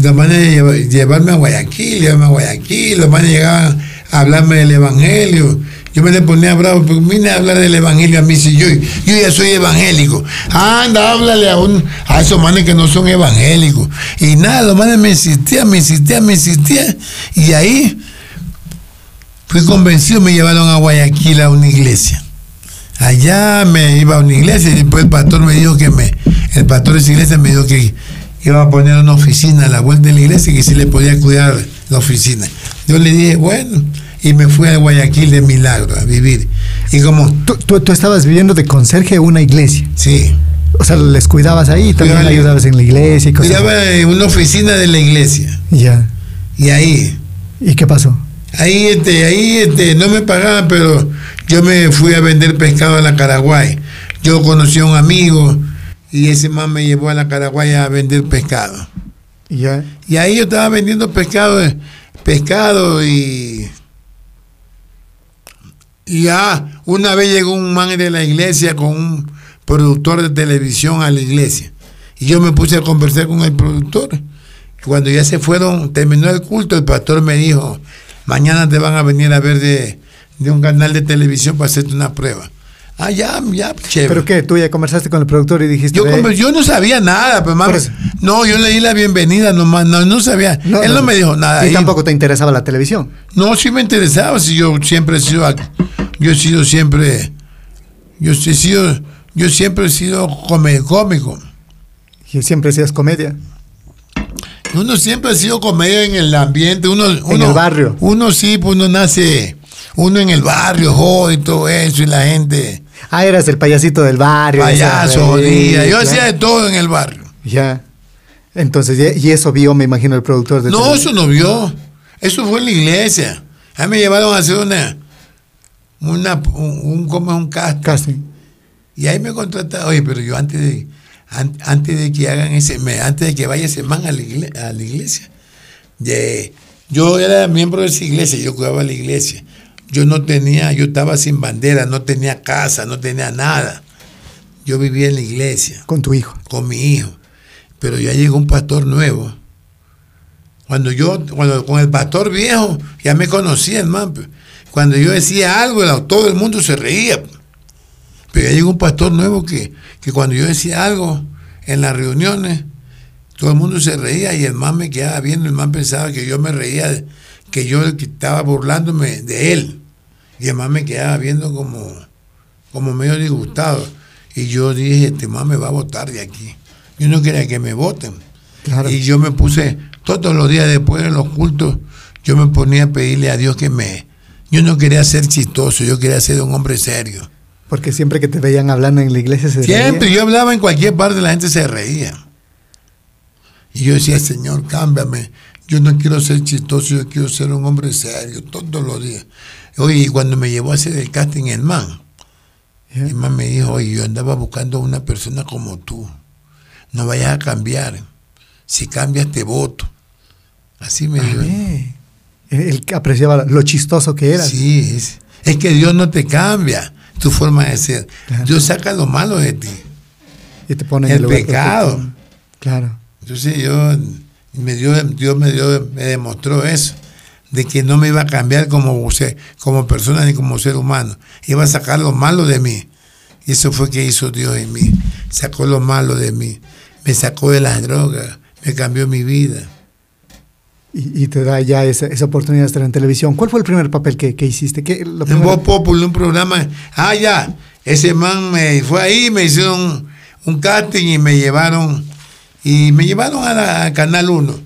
Los manes de lleva- llevarme a Guayaquil, llevarme a Guayaquil, los manes llegaban a hablarme del Evangelio. Yo me le ponía bravo, porque vine a hablar del Evangelio a mí, si yo, yo ya soy evangélico. Anda, háblale a, un, a esos manes que no son evangélicos. Y nada, los manes me insistían, me insistían, me insistían. Y ahí fui convencido, me llevaron a Guayaquil a una iglesia. Allá me iba a una iglesia y después el pastor me dijo que me, el pastor de esa iglesia me dijo que iba a poner una oficina a la vuelta de la iglesia y que si le podía cuidar la oficina. Yo le dije, bueno, y me fui a Guayaquil de milagro a vivir. Y como,
Tú, tú, tú estabas viviendo de conserje en una iglesia.
sí,
O sea, les cuidabas ahí, también
Cuidaba-
ayudabas en la iglesia y cosas.
cuidaba eh, una oficina de la iglesia.
Ya.
Y ahí,
¿Y qué pasó?
Ahí, este, ahí este, no me pagaban, pero yo me fui a vender pescado a la Caraguay. Yo conocí a un amigo y ese man me llevó a la Caraguay a vender pescado.
Ya.
Y ahí yo estaba vendiendo pescado, eh, pescado y... Y ya, una vez llegó un man de la iglesia con un productor de televisión a la iglesia. Y yo me puse a conversar con el productor. Cuando ya se fueron, terminó el culto, el pastor me dijo, mañana te van a venir a ver de, de un canal de televisión para hacerte una prueba. Ah, ya, ya, chévere.
¿Pero qué? Tú ya conversaste con el productor y dijiste.
Yo,
"Ve".
como- yo no sabía nada, pues
Por
más.
eso.
No, yo le di la bienvenida nomás, no, no sabía. Él no, me dijo nada.
Y
ahí.
tampoco te interesaba la televisión.
No, sí me interesaba, si yo siempre he sido, ac- yo he sido siempre, yo he sido, yo siempre he sido come- cómico.
Y siempre hacías comedia.
Uno siempre ha sido comedia en el ambiente, uno, uno-
el barrio.
Uno sí, pues uno nace, uno en el barrio, joder, y todo eso, y la gente,
Ah, eras el payasito del barrio.
payaso,
Sí,
jodida. Yo
claro.
hacía de todo en el barrio.
Ya. Entonces, ya- y eso vio, me imagino, el productor de
No,
televisión.
eso no vio. Eso fue en la iglesia. A mí me llevaron a hacer una, una un, un, como un casting.
Casting.
Y ahí me contrataron, oye, pero yo antes de, an- antes de que hagan ese, me- antes de que vaya ese man a la, igle- a la iglesia, de- yo era miembro de esa iglesia, yo cuidaba la iglesia. Yo no tenía, yo estaba sin bandera, no tenía casa, no tenía nada. Yo vivía en la iglesia
Con tu hijo.
con mi hijo. Pero ya llegó un pastor nuevo. Cuando yo, cuando con el pastor viejo, ya me conocía, hermano. Cuando yo decía algo, el- todo el mundo se reía. pues. Pero ya llegó un pastor nuevo que, que cuando yo decía algo en las reuniones, todo el mundo se reía y el man me quedaba viendo, el man pensaba que yo me reía, que yo que estaba burlándome de él. Y el man me quedaba viendo como, como medio disgustado. Y yo dije, este man me va a votar de aquí. Yo no quería que me voten.
Claro.
Y yo me puse, todos los días después de los cultos, yo me ponía a pedirle a Dios que me... Yo no quería ser chistoso, yo quería ser un hombre serio.
Porque siempre que te veían hablando en la iglesia se
Siempre
reían.
yo hablaba en cualquier parte, la gente se reía. Y yo decía, Señor, cámbiame. Yo no quiero ser chistoso, yo quiero ser un hombre serio, todos los días. Oye, y cuando me llevó a hacer el casting, el man,
Ya.
el man me dijo, oye, yo andaba buscando una persona como tú. No vayas a cambiar. Si cambias, te voto. Así me dijo.
Eh, Él apreciaba lo chistoso que eras.
Sí, es, es que Dios no te cambia tu forma de ser.
Claro.
Dios saca lo malo de ti,
Y te pone en
el
lugar
pecado.
perfecto. Claro.
Entonces yo me dio, Dios me dio, me demostró eso, de que no me iba a cambiar como ser- como persona ni como ser humano. Iba a sacar lo malo de mí. Y eso fue que hizo Dios en mí. Sacó lo malo de mí. Me sacó de las drogas. Me cambió mi vida.
Y, y te da ya esa, esa oportunidad de estar en televisión. ¿Cuál fue el primer papel que, que hiciste? ¿Qué, lo
En
primero?
Voz Populi, un programa. Ah, ya. Ese man me fue ahí, me hicieron un, un casting y me llevaron. Y me llevaron a, la- a Canal 1.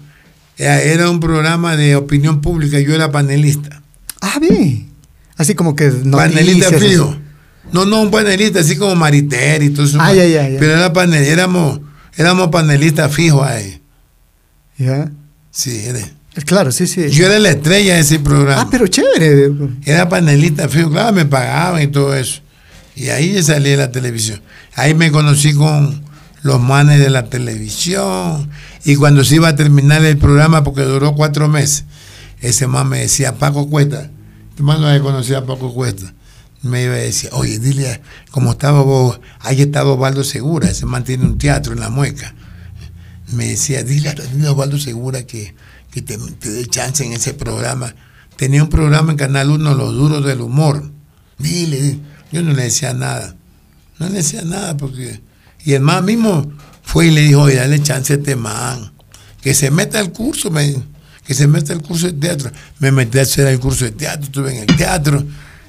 Eh, Era un programa de opinión pública. Yo era panelista.
Ah, bien. Así como que
panelista
noticias,
fijo. No, no, un panelista, así como Mariter y todo eso.
Ah, ya, ya, ya.
Pero era panel, éramos, éramos panelistas fijos ahí.
¿Ya? Eh,
Sí, era-
Claro, sí, sí.
Yo era la estrella de ese programa.
ah, pero chévere.
Era panelista fijo, claro, me pagaban y todo eso. Y ahí yo salí de la televisión. Ahí me conocí con los manes de la televisión. Y cuando se iba a terminar el programa, porque duró cuatro meses, ese man me decía, Paco Cuesta, este man no había conocido a Paco Cuesta. Me iba a decir, oye, dile, a- como estaba vos, ahí estaba Osvaldo Segura, ese man tiene un teatro en la mueca. Me decía, dile a dile a Osvaldo Segura que, que te, te dé chance en ese programa. Tenía un programa en Canal 1, Los Duros del Humor. Dile, dile. yo no le decía nada. No le decía nada porque... Y el man mismo fue y le dijo, oye, dale chance a este man. Que se meta al curso, me- que se meta al curso de teatro. Me metí a hacer el curso de teatro, estuve en el teatro.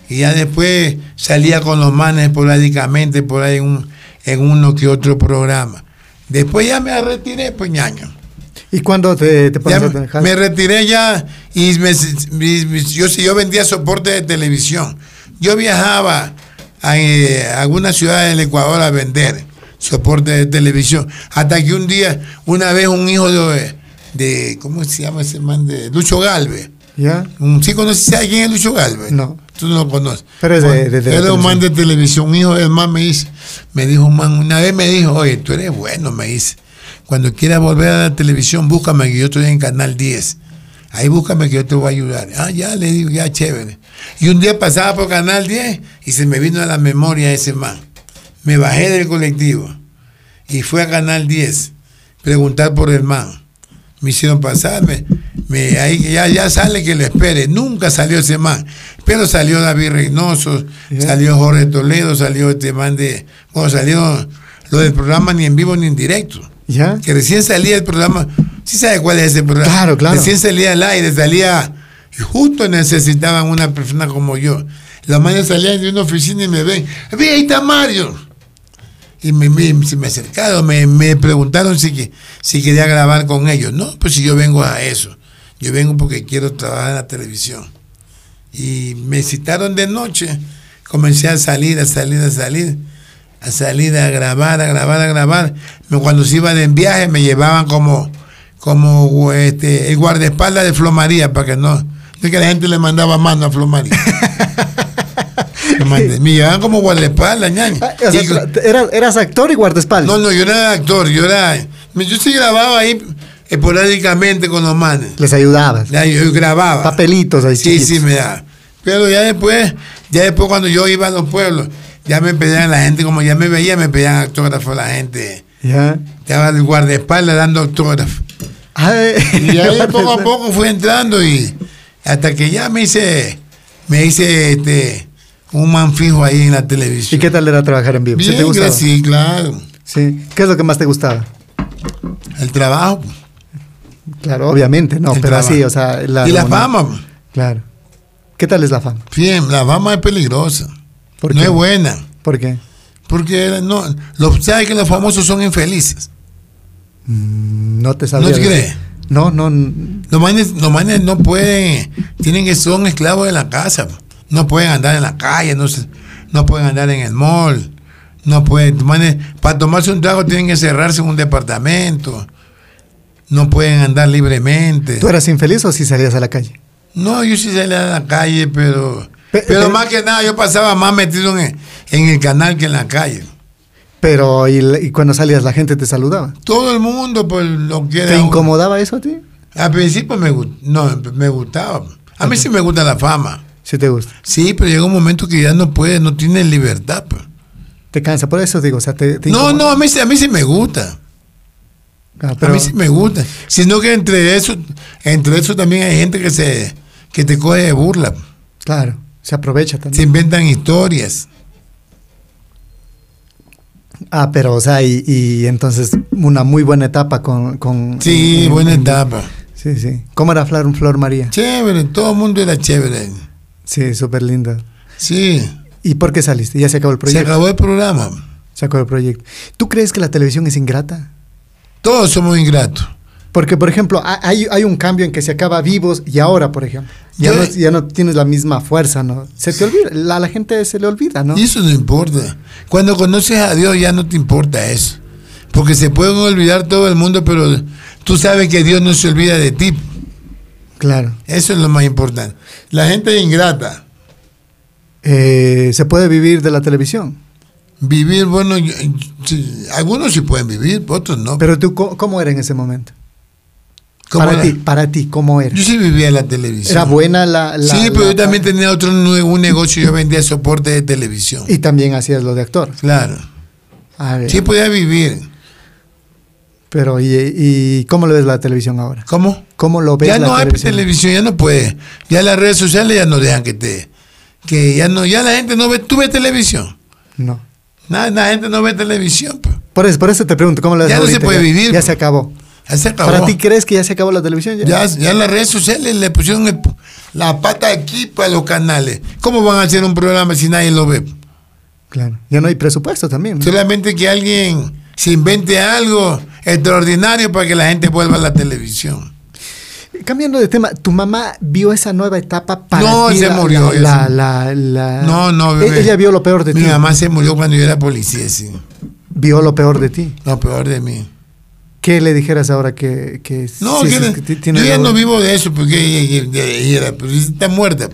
Y ya después salía con los manes esporádicamente por ahí en, un- en uno que otro programa. Después ya me retiré, pues ñaño.
¿Y cuándo te, te
Ya
pones a trabajar?
me retiré ya y me- me- me- yo, si yo vendía soporte de televisión. Yo viajaba a, eh, a algunas ciudades del Ecuador a vender soporte de televisión. Hasta que un día, una vez un hijo de, de ¿cómo se llama ese man? De Lucho Galvez.
¿Ya?
Mm, ¿Sí conoces a quién es Lucho Galvez?
No.
Tú no lo conoces.
Pero es de-
Bueno,
de- de la
Era un
televisión.
man de televisión, un hijo del man me dice, me dijo un man, una vez me dijo, oye, tú eres bueno, me dice. Cuando quieras volver a la televisión, búscame que yo estoy en Canal 10. Ahí búscame que yo te voy a ayudar. Ah, ya le digo, ya chévere. Y un día pasaba por Canal 10 y se me vino a la memoria ese man. Me bajé del colectivo y fui a Canal 10, preguntar por el man me hicieron pasar, me, me- ahí ya, ya sale que le espere, nunca salió ese man, pero salió David Reynoso,
Ya.
salió Jorge Toledo, salió este man de, bueno, salió lo del programa ni en vivo ni en directo,
¿Ya?
que recién salía el programa, ¿sí sabe cuál es ese programa?
Claro, claro.
Recién salía al aire, salía, y justo necesitaban una persona como yo. La mañana salían de una oficina y me ven, ve, ahí está Mario. Y me, me- se me acercaron, me, me preguntaron si, que- si quería grabar con ellos. No, pues si yo vengo a eso. Yo vengo porque quiero trabajar en la televisión. Y me citaron de noche. Comencé a salir, a salir, a salir. A salir, a grabar, a grabar, a grabar. Me- Cuando se iban en viaje me llevaban como, como este, el guardaespaldas de Flomaría para que no... no es que la gente le mandaba mano a Flomaría. me, mandé- me llevaban como guardaespaldas, ñaña.
Ah, o sea,
Y-
tra- eras, eras actor y guardaespaldas.
no, no, yo no era actor, yo era. Yo sí grababa ahí esporádicamente con los manes.
Les ayudabas.
Ya, Yo, yo grababa.
Papelitos ahí.
Sí,
chiquitos.
sí, me da. Pero ya después, ya después cuando yo iba a los pueblos, ya me pedían la gente, como ya me veía, me pedían autógrafo la gente.
¿Ya? Ah,
Estaba el guardaespaldas dando autógrafo.
Ay,
Y ahí poco a poco fui entrando y hasta que ya me hice, me hice este, un man fijo ahí en la
¿Y
televisión.
qué tal era trabajar en vivo? ¿Sí
Bien,
te gustaba?
gracias, sí, claro.
Sí. ¿Qué es lo que más te gustaba?
El trabajo. pues.
Claro, obviamente, no,
El
pero
trabajo.
así, o sea,
y la
remuneración.
fama, pues.
Claro. ¿Qué tal es la fama?
bien, la fama es peligrosa,
¿Por
no
qué?
es buena,
¿Por qué?
porque no, los, sabes que los famosos son infelices.
Mm, No te sabía.
¿No te
decir.
crees?
No, no. n-
Los manes, los manes no pueden, tienen que son esclavos de la casa, pues. no pueden andar en la calle, no, se- no pueden andar en el mall, no pueden, los manes, para tomarse un trago tienen que cerrarse en un departamento, no pueden andar libremente.
¿Tú eras infeliz o si salías a la calle?
No, yo sí salía a la calle, pero,
Pe- eh,
pero
pero-
más que nada yo pasaba más metido en el- en el canal que en la calle.
Pero, y, la- y cuando salías la gente te saludaba?
Todo el mundo pues lo quiere.
¿Te
a uno.
incomodaba eso a ti?
Al principio me, gu- no, me gustaba. pues. A mí sí me gusta la fama.
Sí te gusta.
Sí, pero llega un momento que ya no puedes, no tienes libertad. pues.
¿Te cansa? Por eso digo, o sea, te, te
No,
incomoda.
no, a mí, sí- a mí sí me gusta.
Ah, pero,
A mí sí me gusta. Sino que entre eso, entre eso también hay gente que se que te coge de burla. pues.
Claro, se aprovecha
Se
también.
inventan historias.
Ah, pero, o sea, y, y entonces una muy buena etapa con... con
Sí,
en-
buena
en-
etapa.
Sí, sí. ¿Cómo era Flor, Flor María?
Chévere, todo el mundo era chévere.
Sí, súper linda.
Sí,
¿Y por qué saliste? Ya se acabó el
se
proyecto.
acabó el programa.
Se acabó el proyecto. ¿Tú crees que la televisión es ingrata?
Todos somos ingratos.
Porque, por ejemplo, ha- hay, hay un cambio en que se acaba vivos y ahora, por ejemplo. Ya,
Yo-
no, ya no tienes la misma fuerza, ¿no? Se te olvida, la, la gente se le olvida, ¿no?
Y eso no importa. Cuando conoces a Dios ya no te importa eso. Porque se pueden olvidar todo el mundo, pero tú sabes que Dios no se olvida de ti.
Claro.
Eso es lo más importante. La gente es ingrata.
Eh, ¿Se puede vivir de la televisión?
Vivir, bueno, yo- yo- sí, algunos sí pueden vivir, otros no.
Pero tú, ¿cómo, cómo era en ese momento?
¿Cómo
para
era?
ti, para ti, ¿cómo era?
Yo sí vivía en la televisión.
¿Era buena la...? la-
sí, pero
la-
yo también tenía otro nue- un negocio, yo vendía soporte de televisión.
Y también hacías lo de actor.
Claro.
A ver,
Sí podía vivir.
pero ¿y, y cómo lo ves la televisión ahora?
¿Cómo?
¿Cómo lo ves
Ya
la
no hay
televisión?
televisión, ya no puede. Ya las redes sociales ya no dejan que te... Que ya no, ya la gente no ve, tú ves televisión.
No.
Na- la gente no ve televisión. pues.
Por eso, por eso te pregunto, ¿cómo lo ves
Ya no se
ahorita?
puede vivir,
Ya
pues.
se acabó.
Ya se acabó.
¿Para ti crees que ya se acabó la televisión?
Ya, ya las redes sociales le pusieron el- la pata aquí para los canales. ¿Cómo van a hacer un programa si nadie lo ve?
Claro. Ya no hay presupuesto también. ¿no?
Solamente que alguien se invente algo extraordinario para que la gente vuelva a la televisión.
Cambiando de tema, ¿tu mamá vio esa nueva etapa para
No,
ti?
se
La-
murió,
La,
ya
la-
se-
la- la-
No, no,
E-
bebé.
Ella vio lo peor de
Mi
ti.
mamá se murió cuando yo era policía, sí.
Vio lo peor de ti.
Lo peor de mí.
¿Qué le dijeras ahora que... que
No,
si
que
es
le-
que ti- tiene
yo ya
algo-
no vivo de eso porque ella, ella- ella era- pero está muerta.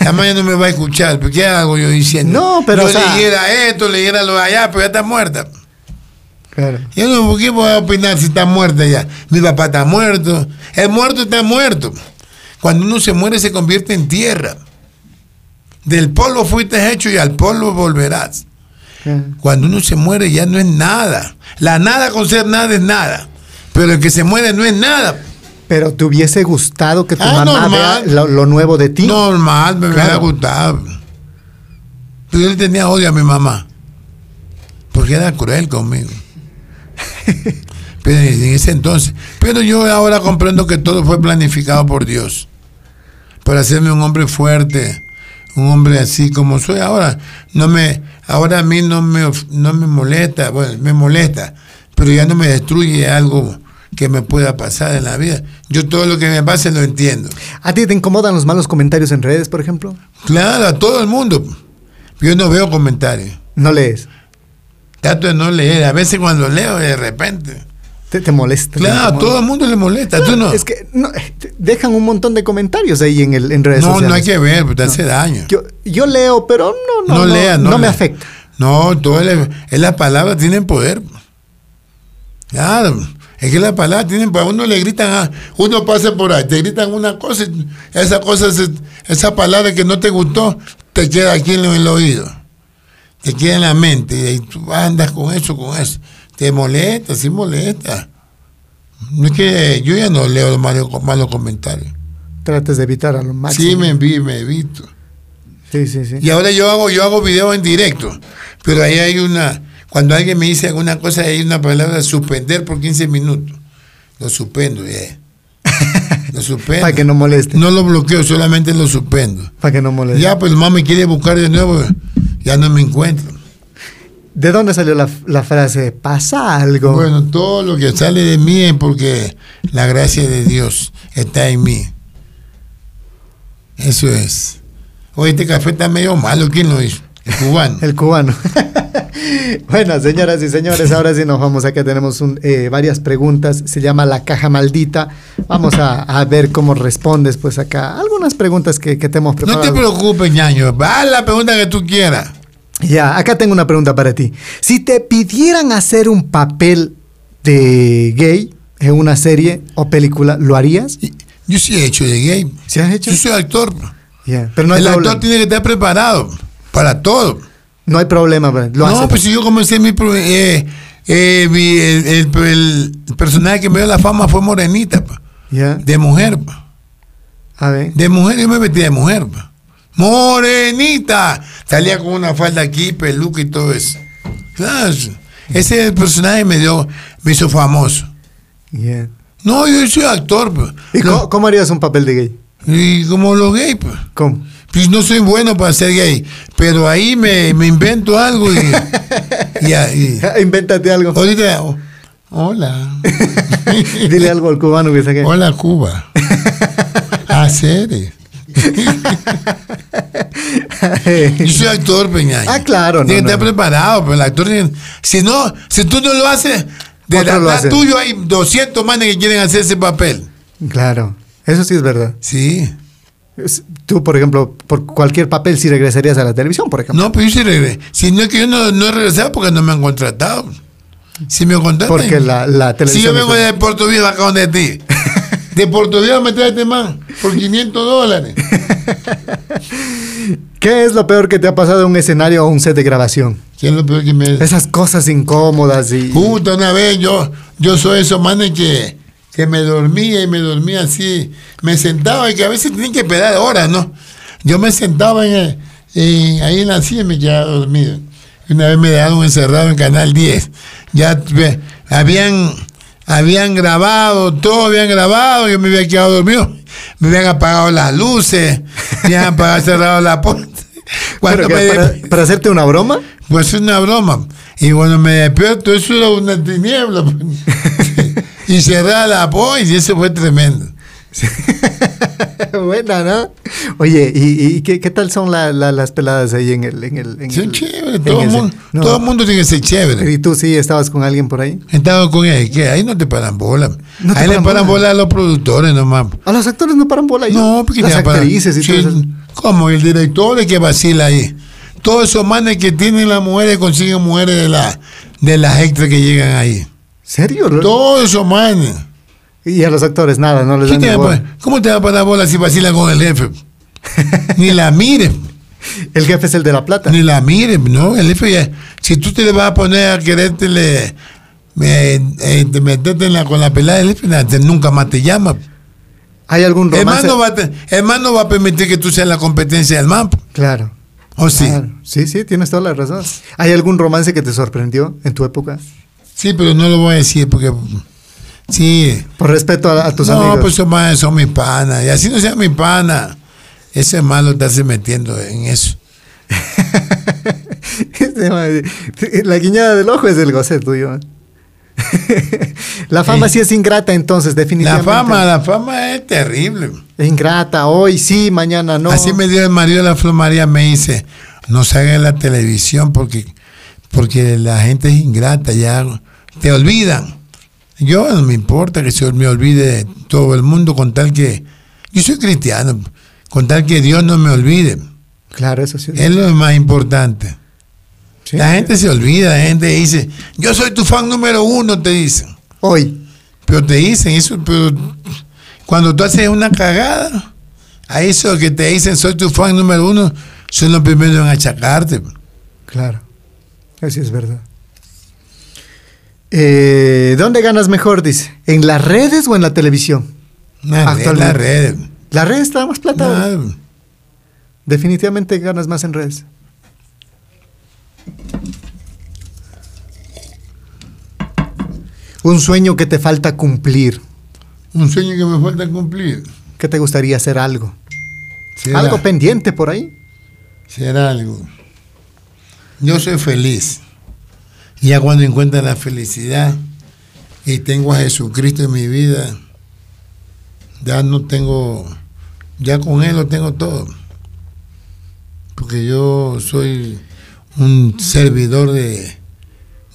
Además ya no me va a escuchar, pero ¿qué hago yo diciendo?
No, pero,
Yo
o sea-
leyera esto, leyera lo de allá, pero ya está muerta.
Claro.
Yo no, ¿por qué voy a opinar si está muerta ya? Mi papá está muerto. El muerto está muerto. Cuando uno se muere se convierte en tierra. Del polvo fuiste hecho y al polvo volverás.
claro.
Cuando uno se muere ya no es nada. La nada con ser nada es nada. Pero el que se muere no es nada.
Pero ¿te hubiese gustado que tu
Ah,
mamá
normal.
vea lo, lo nuevo de ti?
Normal, me hubiera
Claro.
gustado. Pero yo le tenía odio a mi mamá. Porque era cruel conmigo. Pero en ese entonces. Pero yo ahora comprendo que todo fue planificado por Dios. Para hacerme un hombre fuerte. Un hombre así como soy ahora. No me, ahora a mí no me, of- no me molesta. Bueno, me molesta. Pero ya no me destruye algo que me pueda pasar en la vida. Yo todo lo que me pase lo entiendo.
¿A ti te incomodan los malos comentarios en redes, por ejemplo?
Claro, a todo el mundo. Yo no veo comentarios.
No lees.
Trato de no leer. A veces cuando leo, de repente.
Te, te molesta. te
Claro, a
incomoda.
todo el mundo le molesta. Tú no.
Es que no, eh, te- dejan un montón de comentarios ahí en, el, en redes
No,
sociales.
no hay que ver, pues, te hace daño.
Yo, yo leo, pero no, no,
No leas, no
me
leas.
afecta.
No, todo el- es las palabras tienen poder. Claro, es que las palabras tienen poder. Uno le gritan, a, uno pasa por ahí, te gritan una cosa, y esa cosa, se- esa palabra que no te gustó, te queda aquí en el oído, te queda en la mente y ahí tú andas con eso, con eso. Te molesta, sí molesta. No es que yo ya no leo los malos, malos comentarios.
Trates de evitar a lo máximo.
Sí, me, vi- me evito.
sí, sí, sí.
Y ahora yo hago, yo hago videos en directo. Pero ahí hay una. Cuando alguien me dice alguna cosa, hay una palabra suspender por 15 minutos. Lo suspendo, ya. Lo suspendo.
Para que no moleste.
No lo bloqueo, solamente lo suspendo.
Para que no moleste.
Ya, pues más me quiere buscar de nuevo, ya no me encuentro.
¿De dónde salió la, la frase? Pasa algo.
Bueno, todo lo que sale de mí es porque la gracia de Dios está en mí. Eso es. Oye, este café está medio malo, ¿quién lo hizo? El cubano.
El cubano. bueno, señoras y señores, ahora sí nos vamos. Acá tenemos un, eh, varias preguntas. Se llama la caja maldita. Vamos a, a ver cómo respondes, pues acá. Algunas preguntas que, que te hemos
No
preparado.
te preocupes, ñaño. Haz la pregunta que tú quieras.
Ya, acá tengo una pregunta para ti. Si te pidieran hacer un papel de gay en una serie o película, ¿lo harías?
Y- Yo sí he hecho de gay.
¿Sí has hecho?
Yo soy actor.
Ya, Pero no hay,
El actor
problema.
tiene que estar preparado para todo.
no hay problema. bro. Lo
no,
haces.
pues si yo comencé mi. pro- eh, eh, mi- el, el- el personaje que me dio la fama fue Morenita, pa.
Ya,
de mujer. pa.
a ver.
De mujer, yo me metí de mujer. pa. Morenita. Salía con una falda aquí, peluca y todo eso. Claro, ese personaje me dio, me hizo famoso.
Ya.
No, yo soy actor. pa.
¿Y
Lo-
cómo, cómo harías un papel de gay?
Y como los gays, pues.
¿Cómo?
Pues no soy bueno para ser gay, pero ahí me, me invento algo y, y, ahí-
Invéntate algo.
ahorita oh, hola.
Dile algo al cubano que saque.
Hola Cuba. Ah, Hacer. Yo soy actor, Peña.
Ah, claro, no,
Tiene que
no,
estar
no.
preparado, pero el actor tiene- si no, si tú no lo haces, De la
Otros lo
edad
hacen.
tuyo hay 200 manes que quieren hacer ese papel.
Claro, eso sí es verdad.
Sí.
Es- Tú, por ejemplo, por cualquier papel sí regresarías a la televisión, por ejemplo.
No, pues yo sí regresé. Si no es que yo no, no he regresado porque no me han contratado. Si me contratan.
Porque la, la
Si
televisión...
yo vengo
es-
de Puerto Viejo acá donde ti. De Puerto Viejo me trae este man por 500 dólares.
¿Qué es lo peor que te ha pasado en un escenario o un set de grabación?
Que es lo peor que me.
Esas cosas incómodas y...
Justo una vez yo, yo soy esos manes que, que me dormía y me dormía así. Me sentaba y que a veces tienen que esperar horas, ¿no? Yo me sentaba en el- en- ahí en la silla y me quedaba dormido. Una vez me dejaron encerrado en Canal 10. Ya tuve- habían, habían grabado, todo habían grabado, yo me había quedado dormido. Me habían apagado las luces, me habían apagado, cerrado la puerta.
Pero
Cuando
que
me
para,
desperté-
para hacerte una broma,
pues es una broma. Y cuando me despierto, eso era una tiniebla. pues. y cerré la voz y eso fue tremendo.
buena, ¿no? Oye, ¿y, y qué, qué tal son la- la- las peladas ahí en el... En el en
Son
el-
chéveres,
en
todo el
ese-
mundo,
No.
todo el mundo tiene que ser chévere.
¿Y tú sí estabas con alguien por ahí?
Estaba con él, que ahí no te paran bola.
No te
ahí
paran
le paran bola
bola.
a los productores nomás.
A los actores no paran bola ahí.
No, porque
las
te paran-
actrices y
Sí,
todo eso.
¿Cómo? El director es que vacila ahí. Todos esos manes que tienen las mujeres consiguen mujeres de, la, de las extras que llegan ahí.
¿Serio?
Todos esos manes.
Y a los actores nada, no les
¿Qué
dan
te
ni
va a
bola.
poner? ¿Cómo te va a parar bola si vacila con el jefe? Ni la mire,
El jefe es el de la plata.
ni la mire, ¿no? El jefe ya- si tú te le vas a poner a quererte meterte en la, con la pelada, el jefe na- te- nunca más te llama.
¿Hay algún
El
romance?
man, no va a, te- el man no va a permitir que tú seas la competencia del man,
Claro.
¿o sí?
claro. Sí, sí, tienes toda la razón. ¿Hay algún romance que te sorprendió en tu época?
Sí, pero no lo voy a decir porque... Sí,
Por respeto a, a tus
no,
amigos.
pues son, más- son mis panas. Y así no sea mi pana. Ese es malo estarse metiendo en eso.
Este man- la guiñada del ojo es el goce tuyo. la fama sí. es ingrata entonces,
Eh. La
definitivamente.
fama, la fama es terrible.
Ingrata, hoy sí, mañana no.
Así me dio el marido de la Flor María, me dice, no salga en la televisión porque, porque la gente es ingrata, ya te olvidan. Yo no me importa que se me olvide todo el mundo con tal que, yo soy cristiano, con tal que Dios no me olvide.
Claro, eso sí.
Es lo más importante.
Sí.
Eh, La gente se olvida, la gente dice, yo soy tu fan número uno, te dicen.
Hoy.
Pero te dicen eso, pero cuando tú haces una cagada, a eso que te dicen soy tu fan número uno, son los primeros en achacarte.
Claro, así es verdad. Eh, ¿Dónde ganas mejor, dice? ¿En las redes o en la televisión?
Una red,
Actualmente.
la red.
La redes te da más plata.
Nada.
Definitivamente ganas más en redes. Un sueño que te falta cumplir,
Un sueño que me falta cumplir.
que te gustaría hacer algo.
Será,
Algo pendiente por ahí.
será algo. Yo soy feliz. Ya cuando encuentro la felicidad y tengo a Jesucristo en mi vida, ya no tengo, ya con Él lo tengo todo. Porque yo soy un servidor de,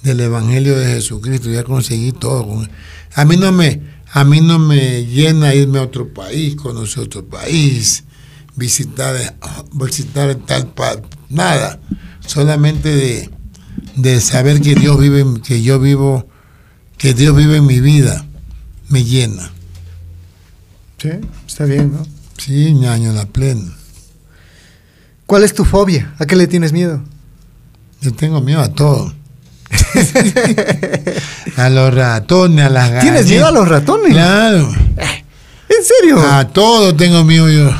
del Evangelio de Jesucristo, ya conseguí todo. con Él. A mí no me, a mí no me llena irme a otro país, conocer otro país, visitar, visitar tal pa- nada. Solamente de, de saber que Dios vive, en- que yo vivo, que Dios vive en mi vida, me llena.
Sí, está bien, ¿no?
Sí, ñaño, la plena.
¿Cuál es tu fobia? ¿A qué le tienes miedo?
Yo tengo miedo a todo. a los ratones, a las gallinas.
¿Tienes miedo a los ratones?
Claro.
¿En serio?
A todo tengo miedo yo.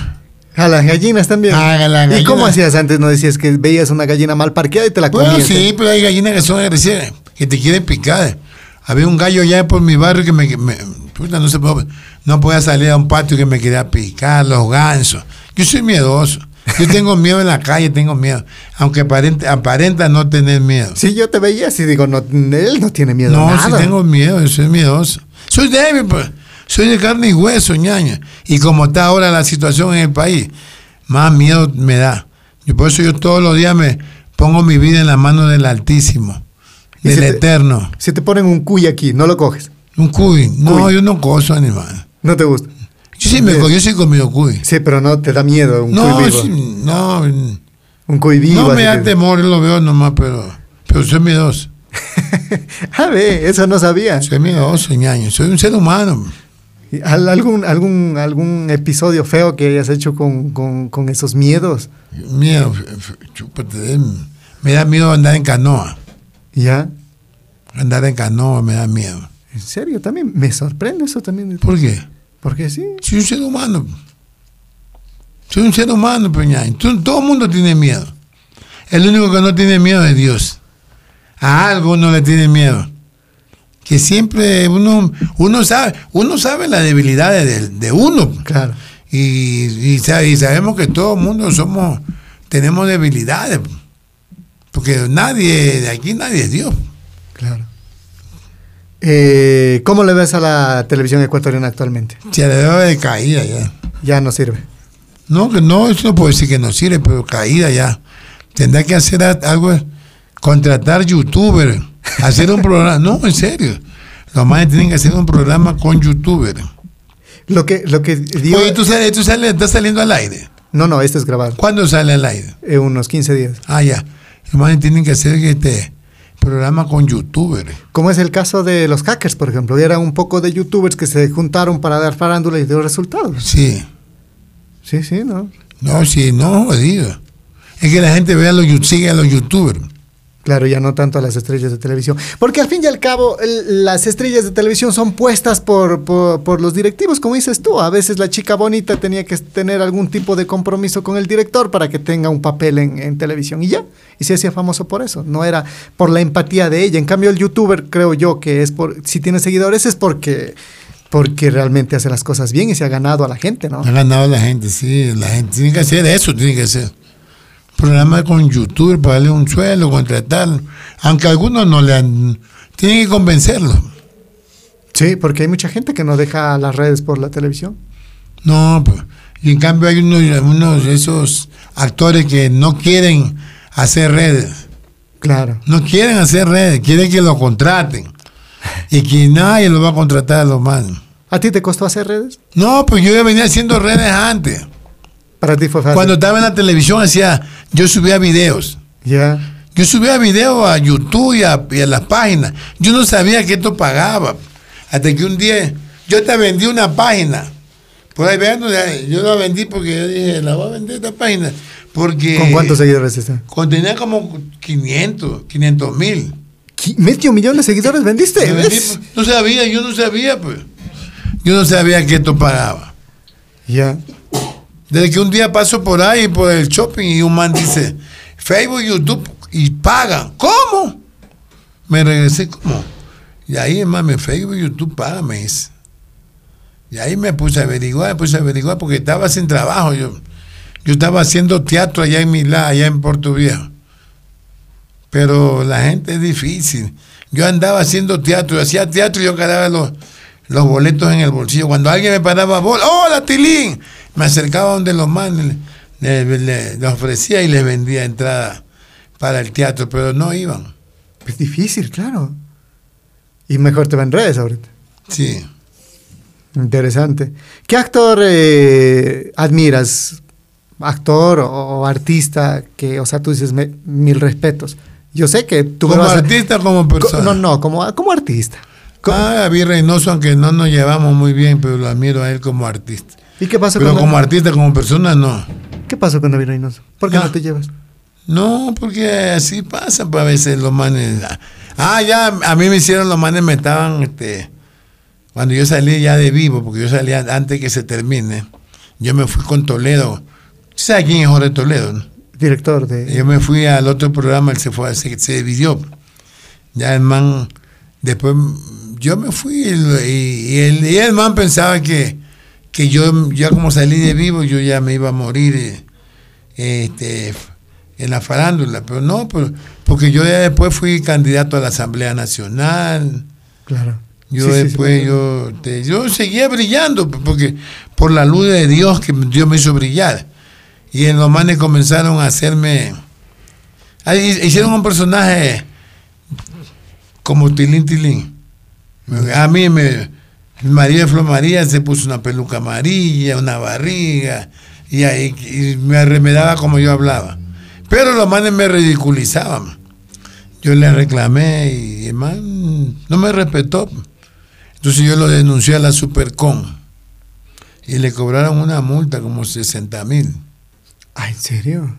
A las gallinas también.
Ah, a las
¿Y
gallinas.
cómo hacías antes? ¿No decías que veías una gallina mal parqueada y te la
Bueno,
comías?
sí, pero hay gallinas que son agresivas, que te quieren picar. Había un gallo allá por mi barrio que me... que me- puta, no, se puede- no podía salir a un patio que me quería picar, los gansos. Yo soy miedoso. Yo tengo miedo en la calle, tengo miedo. Aunque aparenta, aparenta no tener miedo.
Sí, yo te veía y digo, no, él no tiene miedo a
No,
nada.
si tengo miedo, yo soy miedoso. Soy débil, pues. Soy de carne y hueso, ñaña. Y como está ahora la situación en el país, más miedo me da. Y por eso yo todos los días me pongo mi vida en la mano del Altísimo.
Y
del
si te-
eterno.
Si te ponen un cuy aquí, no lo coges.
Un cuy. No,
Cuy.
yo no coso animal.
No te gusta.
Yo sí me
Bien.
co- yo sí he comido cuy.
Sí, pero no te da miedo un
No,
cuy vivo.
sí, no, no
Un cuy vivo. así
me da
que-
temor, yo lo veo nomás, pero, pero soy miedoso.
A ver, eso no sabía.
Soy miedoso, ñaño. Soy un ser humano.
¿Al- ¿Algún, algún, algún episodio feo que hayas hecho con, con- con esos miedos?
Miedo, f- f- chúpate. eh. Me da miedo andar en canoa.
¿Ya?
Andar en canoa me da miedo.
En serio, también me sorprende eso también.
¿Por qué?
Porque sí.
Soy un ser humano. pues. Soy un ser humano, Peña. Tú- Todo el mundo tiene miedo. El único que no tiene miedo es Dios. A algo uno le tiene miedo. Que siempre uno, uno sabe, uno sabe las debilidades de, de uno. pues.
Claro.
Y, y sa- y sabemos que todo el mundo somos, tenemos debilidades. Porque nadie, de aquí nadie es Dios.
Claro. Eh, ¿Cómo le ves a la televisión ecuatoriana actualmente?
Se le debe de caída ya.
Ya no sirve.
No, que no, eso no puedo decir que no sirve, pero caída ya. Tendrá que hacer a- algo, contratar youtuber, hacer un programa. No, en serio. Los más tienen que hacer un programa con youtuber.
Lo que, lo que digo.
Oye, tú, sales, tú sales, estás saliendo al aire.
No, no, esto es grabado.
¿Cuándo sale al aire?
Eh, unos 15 días.
Ah, ya. Los más tienen que hacer este programa con youtuber.
Como es el caso de los hackers, por ejemplo. Era un poco de youtubers que se juntaron para dar farándula y dio resultados.
Sí.
Sí, sí, ¿no?
No, sí, no, jodido. Es que la gente vea a los, you- sigue a los youtubers.
Claro, ya no tanto a las estrellas de televisión. Porque al fin y al cabo, el- las estrellas de televisión son puestas por, por- por los directivos, como dices tú. A veces la chica bonita tenía que tener algún tipo de compromiso con el director para que tenga un papel en, en televisión. Y ya, y se hacía famoso por eso. No era por la empatía de ella. En cambio, el youtuber, creo yo, que es por... Si tiene seguidores es porque, porque realmente hace las cosas bien y se ha ganado a la gente, ¿no?
Ha ganado la gente, sí, la gente tiene que hacer eso, tiene que hacer. Programa con youtuber, pagarle un sueldo, contratarlo. Aunque algunos no le han. Tienen que convencerlo.
Sí, porque hay mucha gente que no deja las redes por la televisión.
No, pues. Y en cambio hay unos, unos de esos actores que no quieren hacer redes.
Claro.
No quieren hacer redes, quieren que lo contraten. Y que nadie lo va a contratar a los más.
¿A ti te costó hacer redes?
No, pues yo ya venía haciendo redes antes.
Para ti fue fácil.
Cuando estaba en la televisión hacía, yo subía videos.
Ya.
Yo subía videos a YouTube y a, y a las páginas. Yo no sabía que esto pagaba. Hasta que un día yo te vendí una página. Por ahí vean, yo la vendí porque yo dije, la voy a vender esta página. Porque
¿Con cuántos seguidores está?
Contenía como 500, 500 mil.
¿Medio millón de seguidores vendiste?
Yo vendí, pues, No sabía, yo no sabía, pues. Yo no sabía que esto pagaba.
Ya.
Desde que un día paso por ahí, por el shopping, y un man dice, Facebook, YouTube, y pagan. ¿Cómo? Me regresé, ¿cómo? Y ahí, mami, Facebook, YouTube, pagan, me dice. Y ahí me puse a averiguar, puse a averiguar, porque estaba sin trabajo. Yo, yo estaba haciendo teatro allá en Milán, allá en Puerto Viejo. Pero la gente es difícil. Yo andaba haciendo teatro, yo hacía teatro y yo cargaba los, los boletos en el bolsillo. Cuando alguien me paraba, bol, ¡Hola, Tilín! Me acercaba donde los manes, le, le- le- le ofrecía y les vendía entrada para el teatro, pero no iban.
Es Pues difícil, claro. Y mejor te va en redes ahorita.
Sí.
Interesante. ¿Qué actor eh, admiras? ¿Actor o, o artista que, o sea, tú dices me- mil respetos? Yo sé que tú me
como
vas a-
artista, o como
Co-
persona.
No, no, como, como artista. Co-
Ah, David Reynoso, aunque no nos llevamos muy bien, pero lo admiro a él como artista.
¿Y qué pasó,
Pero
con
como artista, como persona, no.
¿qué pasó con David Reynoso? ¿Por qué no,
Ah.
te llevas?
No, porque así pasa pues, a veces los manes. Ah, ya, a mí me hicieron los manes, me estaban, este, cuando yo salí ya de vivo, porque yo salía antes que se termine, yo me fui con Toledo. ¿Sabes quién es Jorge Toledo? no?
Director de...
Eh, Yo me fui al otro programa, él se fue, se, se dividió. Ya el man, después yo me fui y, lo- y- y el, y el man pensaba que, que yo ya como salí de vivo, yo ya me iba a morir eh, este, en la farándula. Pero no, pero- porque yo ya después fui candidato a la Asamblea Nacional.
Claro.
Yo
Sí, sí, sí,
después,
me acuerdo.
yo, te- yo seguía brillando porque por la luz de Dios que Dios me hizo brillar. Y en los manes comenzaron a hacerme. ahí hicieron un personaje como tilín tilín. A mí me. María Flor María se puso una peluca amarilla, una barriga, y ahí y me arremedaba como yo hablaba. Pero los manes me ridiculizaban. Yo le reclamé y el man no me respetó. Entonces yo lo denuncié a la Supercom y le cobraron una multa como 60 mil.
Ah, ¿en serio?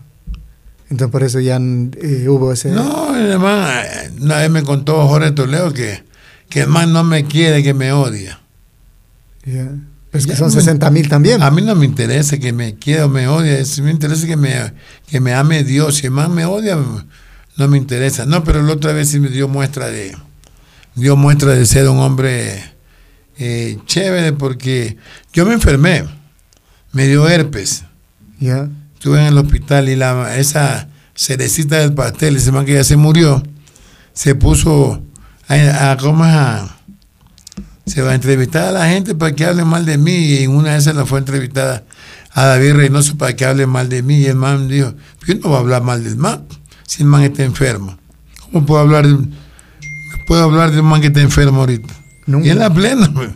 Entonces por eso ya eh, hubo ese...
No, el man, una vez me contó Jorge Toledo que, que el man no me quiere, que me odia.
Ya. Pues que
Ya
son
no Ah. me-
60 mil también.
A mí no me interesa que me quiera o me odie, es- me interesa que me, que me ame Dios. Si el man me odia, no me interesa. No, pero la otra vez sí me dio muestra de, dio muestra de ser un hombre eh, chévere porque yo me enfermé, me dio herpes.
Ya.
estuve en el hospital y la, esa cerecita del pastel, ese man que ya se murió, se puso a, a, ¿cómo es? a- se va a entrevistar a la gente para que hable mal de mí y en una de esas la fue entrevistada a David Reynoso para que hable mal de mí y el man dijo, yo no voy a hablar mal del man si el man está enfermo. ¿Cómo puedo hablar de, puedo hablar de un man que está enfermo ahorita?
Nunca.
Y en la plena pues,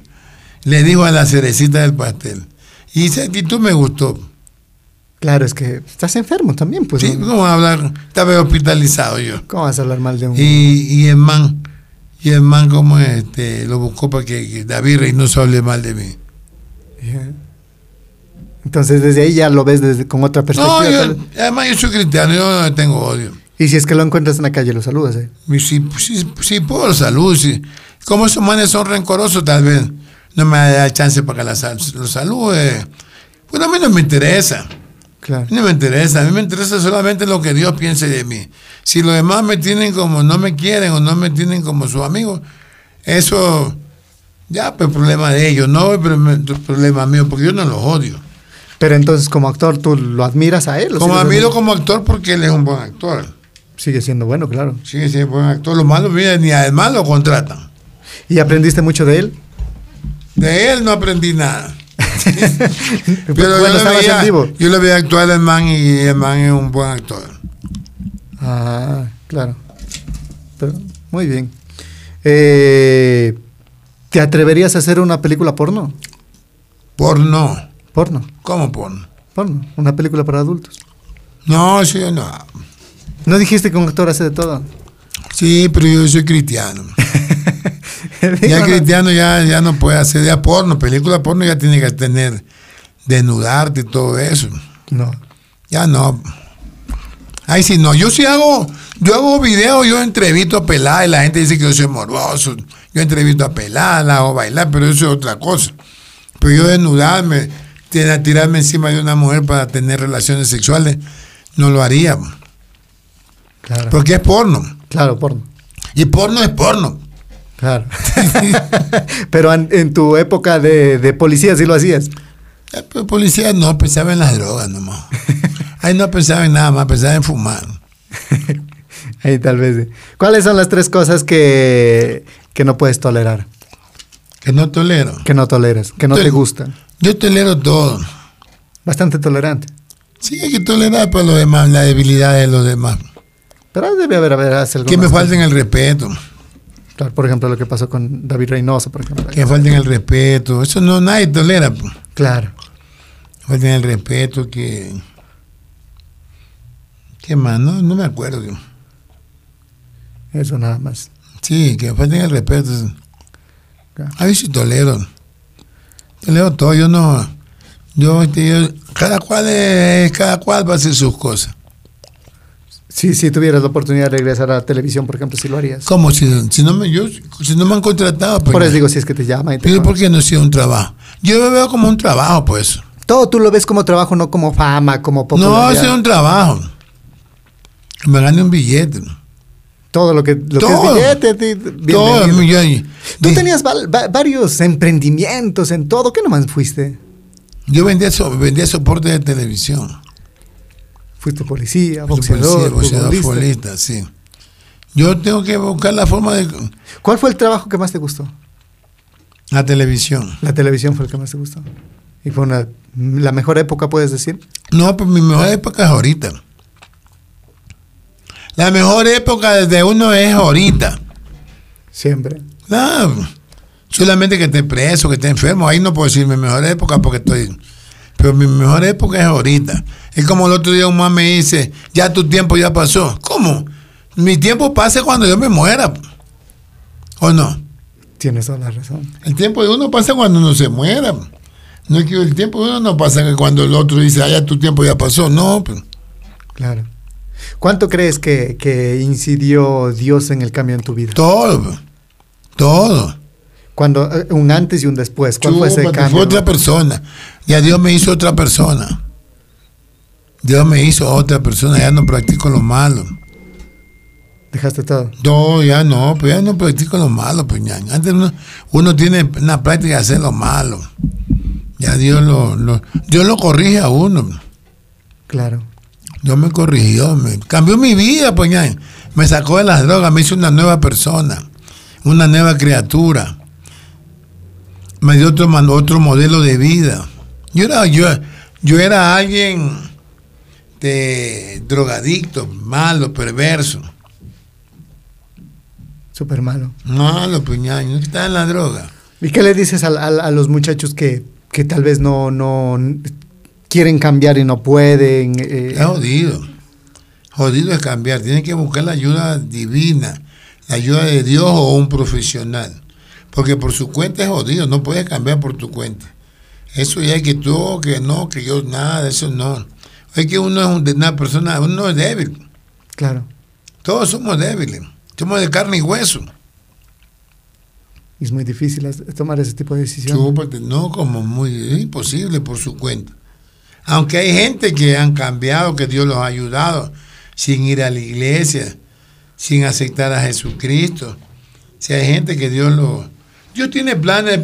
le dijo a la cerecita del pastel. Y esa actitud me gustó.
Claro, es que estás enfermo también, pues.
Sí,
¿no?
¿cómo hablar? Estaba hospitalizado yo.
¿Cómo vas a hablar mal de un...
Y, y el man, y el man como este, lo buscó para que, que David Reynoso hable mal de mí.
Ya. Entonces desde ahí ya lo ves desde, con otra perspectiva.
No, yo,
tal vez.
además yo soy cristiano, yo no le tengo odio.
Y si es que lo encuentras en la calle, lo saludas, ¿eh?
Y Si, si, si puedo, salud. Si, como esos manes son rencorosos, tal vez no me da chance para que la sal- lo salude. Bueno, a mí no me interesa.
Claro.
A mí No me interesa, a mí me interesa solamente lo que Dios piense de mí. Si los demás me tienen como no me quieren o no me tienen como su amigo, eso ya pues problema de ellos, no es problema- problema mío, porque yo no los odio.
Pero entonces como actor tú lo admiras a él. ¿o
Como
sigues
amigo,
siendo-
como actor, porque él es un buen actor.
Sigue siendo bueno, claro.
Sigue siendo buen actor. Los malos, mira, ni además lo contratan.
¿Y aprendiste mucho de él?
De él no aprendí nada.
Pero
Pero
bueno,
yo, lo
estabas
veía,
en vivo.
yo lo veía actuar al man y el man es un buen actor.
Ah, claro. Pero, muy bien. Eh, ¿Te atreverías a hacer una película porno?
Porno.
Porno,
¿Cómo porno?
porno. Una película para adultos.
No, sí, no.
¿No dijiste que un actor hace de todo?
Sí, pero yo soy cristiano. Ya el cristiano ya, ya no puede hacer ya porno, película porno ya tiene que tener desnudarte y todo eso.
No.
Ya no. Ay, si no, yo sí hago, yo hago videos, yo entrevisto a pelada y la gente dice que yo soy morboso. Yo entrevisto a pelada, la hago bailar, pero eso es otra cosa. Pero yo desnudarme, tira- tirarme encima de una mujer para tener relaciones sexuales, no lo haría.
Claro,
Porque es porno.
claro porno.
Y porno es porno.
Claro. Pero en, en tu época de, de policía sí lo hacías.
Eh, pues, policía no, pensaba en las drogas nomás. Ahí no pensaba en nada más, pensaba en fumar.
Ahí tal vez. sí. ¿Cuáles son las tres cosas que, que no puedes tolerar?
Que no tolero.
Que no toleras, que no te gustan.
Yo tolero todo.
Bastante tolerante.
Sí, hay que tolerar para los demás, la debilidad de los demás.
Pero debe haber, haber hace
Que me
algunas
falten el respeto.
cosas. Claro, por ejemplo, lo que pasó con David Reynoso, por ejemplo.
Que me falten el respeto. Eso no, nadie tolera. po.
Claro.
Que Falten el respeto, que. ¿Qué más? No, no me acuerdo.
Eso nada más.
Sí, que me falten el respeto.
Claro.
A ver si tolero. Tolero todo, yo no. Yo, este, yo- cada cual es, cada cual va a hacer sus cosas.
Si, si tuvieras la oportunidad de regresar a la televisión, por ejemplo, si lo harías.
Como si, si no me, yo, si no me han contratado, pues,
Por eso digo, si es que te llama y te...
pero ¿por qué no ha sido un trabajo? Yo lo veo como un trabajo, pues.
Todo tú lo ves como trabajo, no como fama, como
No,
popularidad.
es un trabajo. Me gané un billete.
Todo lo que, lo que
Todo.
es billete. ti- bienvenido.
Todo, yo-
Tú
di-
tenías val- va- varios emprendimientos en todo. ¿Qué nomás fuiste?
yo vendía, so- vendía soporte de televisión.
Fuiste policía,
Policía,
boxeador,
boxeador,
futbolista.
futbolista, sí. Yo tengo que buscar la forma de
¿Cuál fue el trabajo que más te gustó?
la televisión.
La televisión fue el que más te gustó. Y fue una, la mejor época, puedes decir.
No, pues mi mejor época es ahorita. La mejor época de uno es ahorita.
Siempre.
No, solamente que esté preso, que esté enfermo. Ahí no puedo decir mi mejor época porque estoy. Pero mi mejor época es ahorita. Es como el otro día un man me dice: Ya tu tiempo ya pasó. ¿Cómo? Mi tiempo pasa cuando yo me muera. ¿O no?
Tienes toda la razón.
El tiempo de uno pasa cuando uno se muera. No es que el tiempo de uno no pasa que cuando el otro dice, ah, ya tu tiempo ya pasó. No, pues,
Claro. ¿Cuánto crees que, que incidió Dios en el cambio en tu vida?
todo. pues, Todo.
Cuando eh, un antes y un después. ¿Cuál fue ese
Chúpate,
cambio?
fue otra persona. Ya Dios me hizo otra persona. Dios me hizo otra persona. Ya no practico lo malo.
Dejaste todo.
Yo ya no, pues ya no practico lo malo, pues ñaño. Antes uno, uno tiene una práctica de hacer lo malo. Ya Dios lo, lo- Dios lo corrige a uno.
Claro.
Dios me corrigió, me cambió mi vida, pues ñaño. Me sacó de las drogas, me hizo una nueva persona, una nueva criatura. Me dio otro, man- otro modelo de vida. Yo era, yo, yo era alguien de drogadicto, malo, perverso.
Súper malo.
Malo, pues ñaño, estaba en la droga.
¿Y qué le dices al- al- a, los muchachos que, que tal vez no, no quieren cambiar y no pueden? eh,
Es jodido. Jodido es cambiar. Tienen que buscar la ayuda divina, la ayuda de Dios o un profesional. Porque por su cuenta es jodido, no puedes cambiar por tu cuenta. Eso ya que tú, oh, que no, que yo, nada, de eso no. Es que uno es un- una persona, uno es débil.
Claro.
Todos somos débiles. Somos de carne y hueso.
Es muy difícil as- tomar ese tipo de decisión.
Chúpate, pues, no, como muy es imposible por su cuenta. Aunque hay gente que han cambiado, que Dios los ha ayudado, sin ir a la iglesia, sin aceptar a Jesucristo. Si hay gente que Dios lo... Dios tiene planes,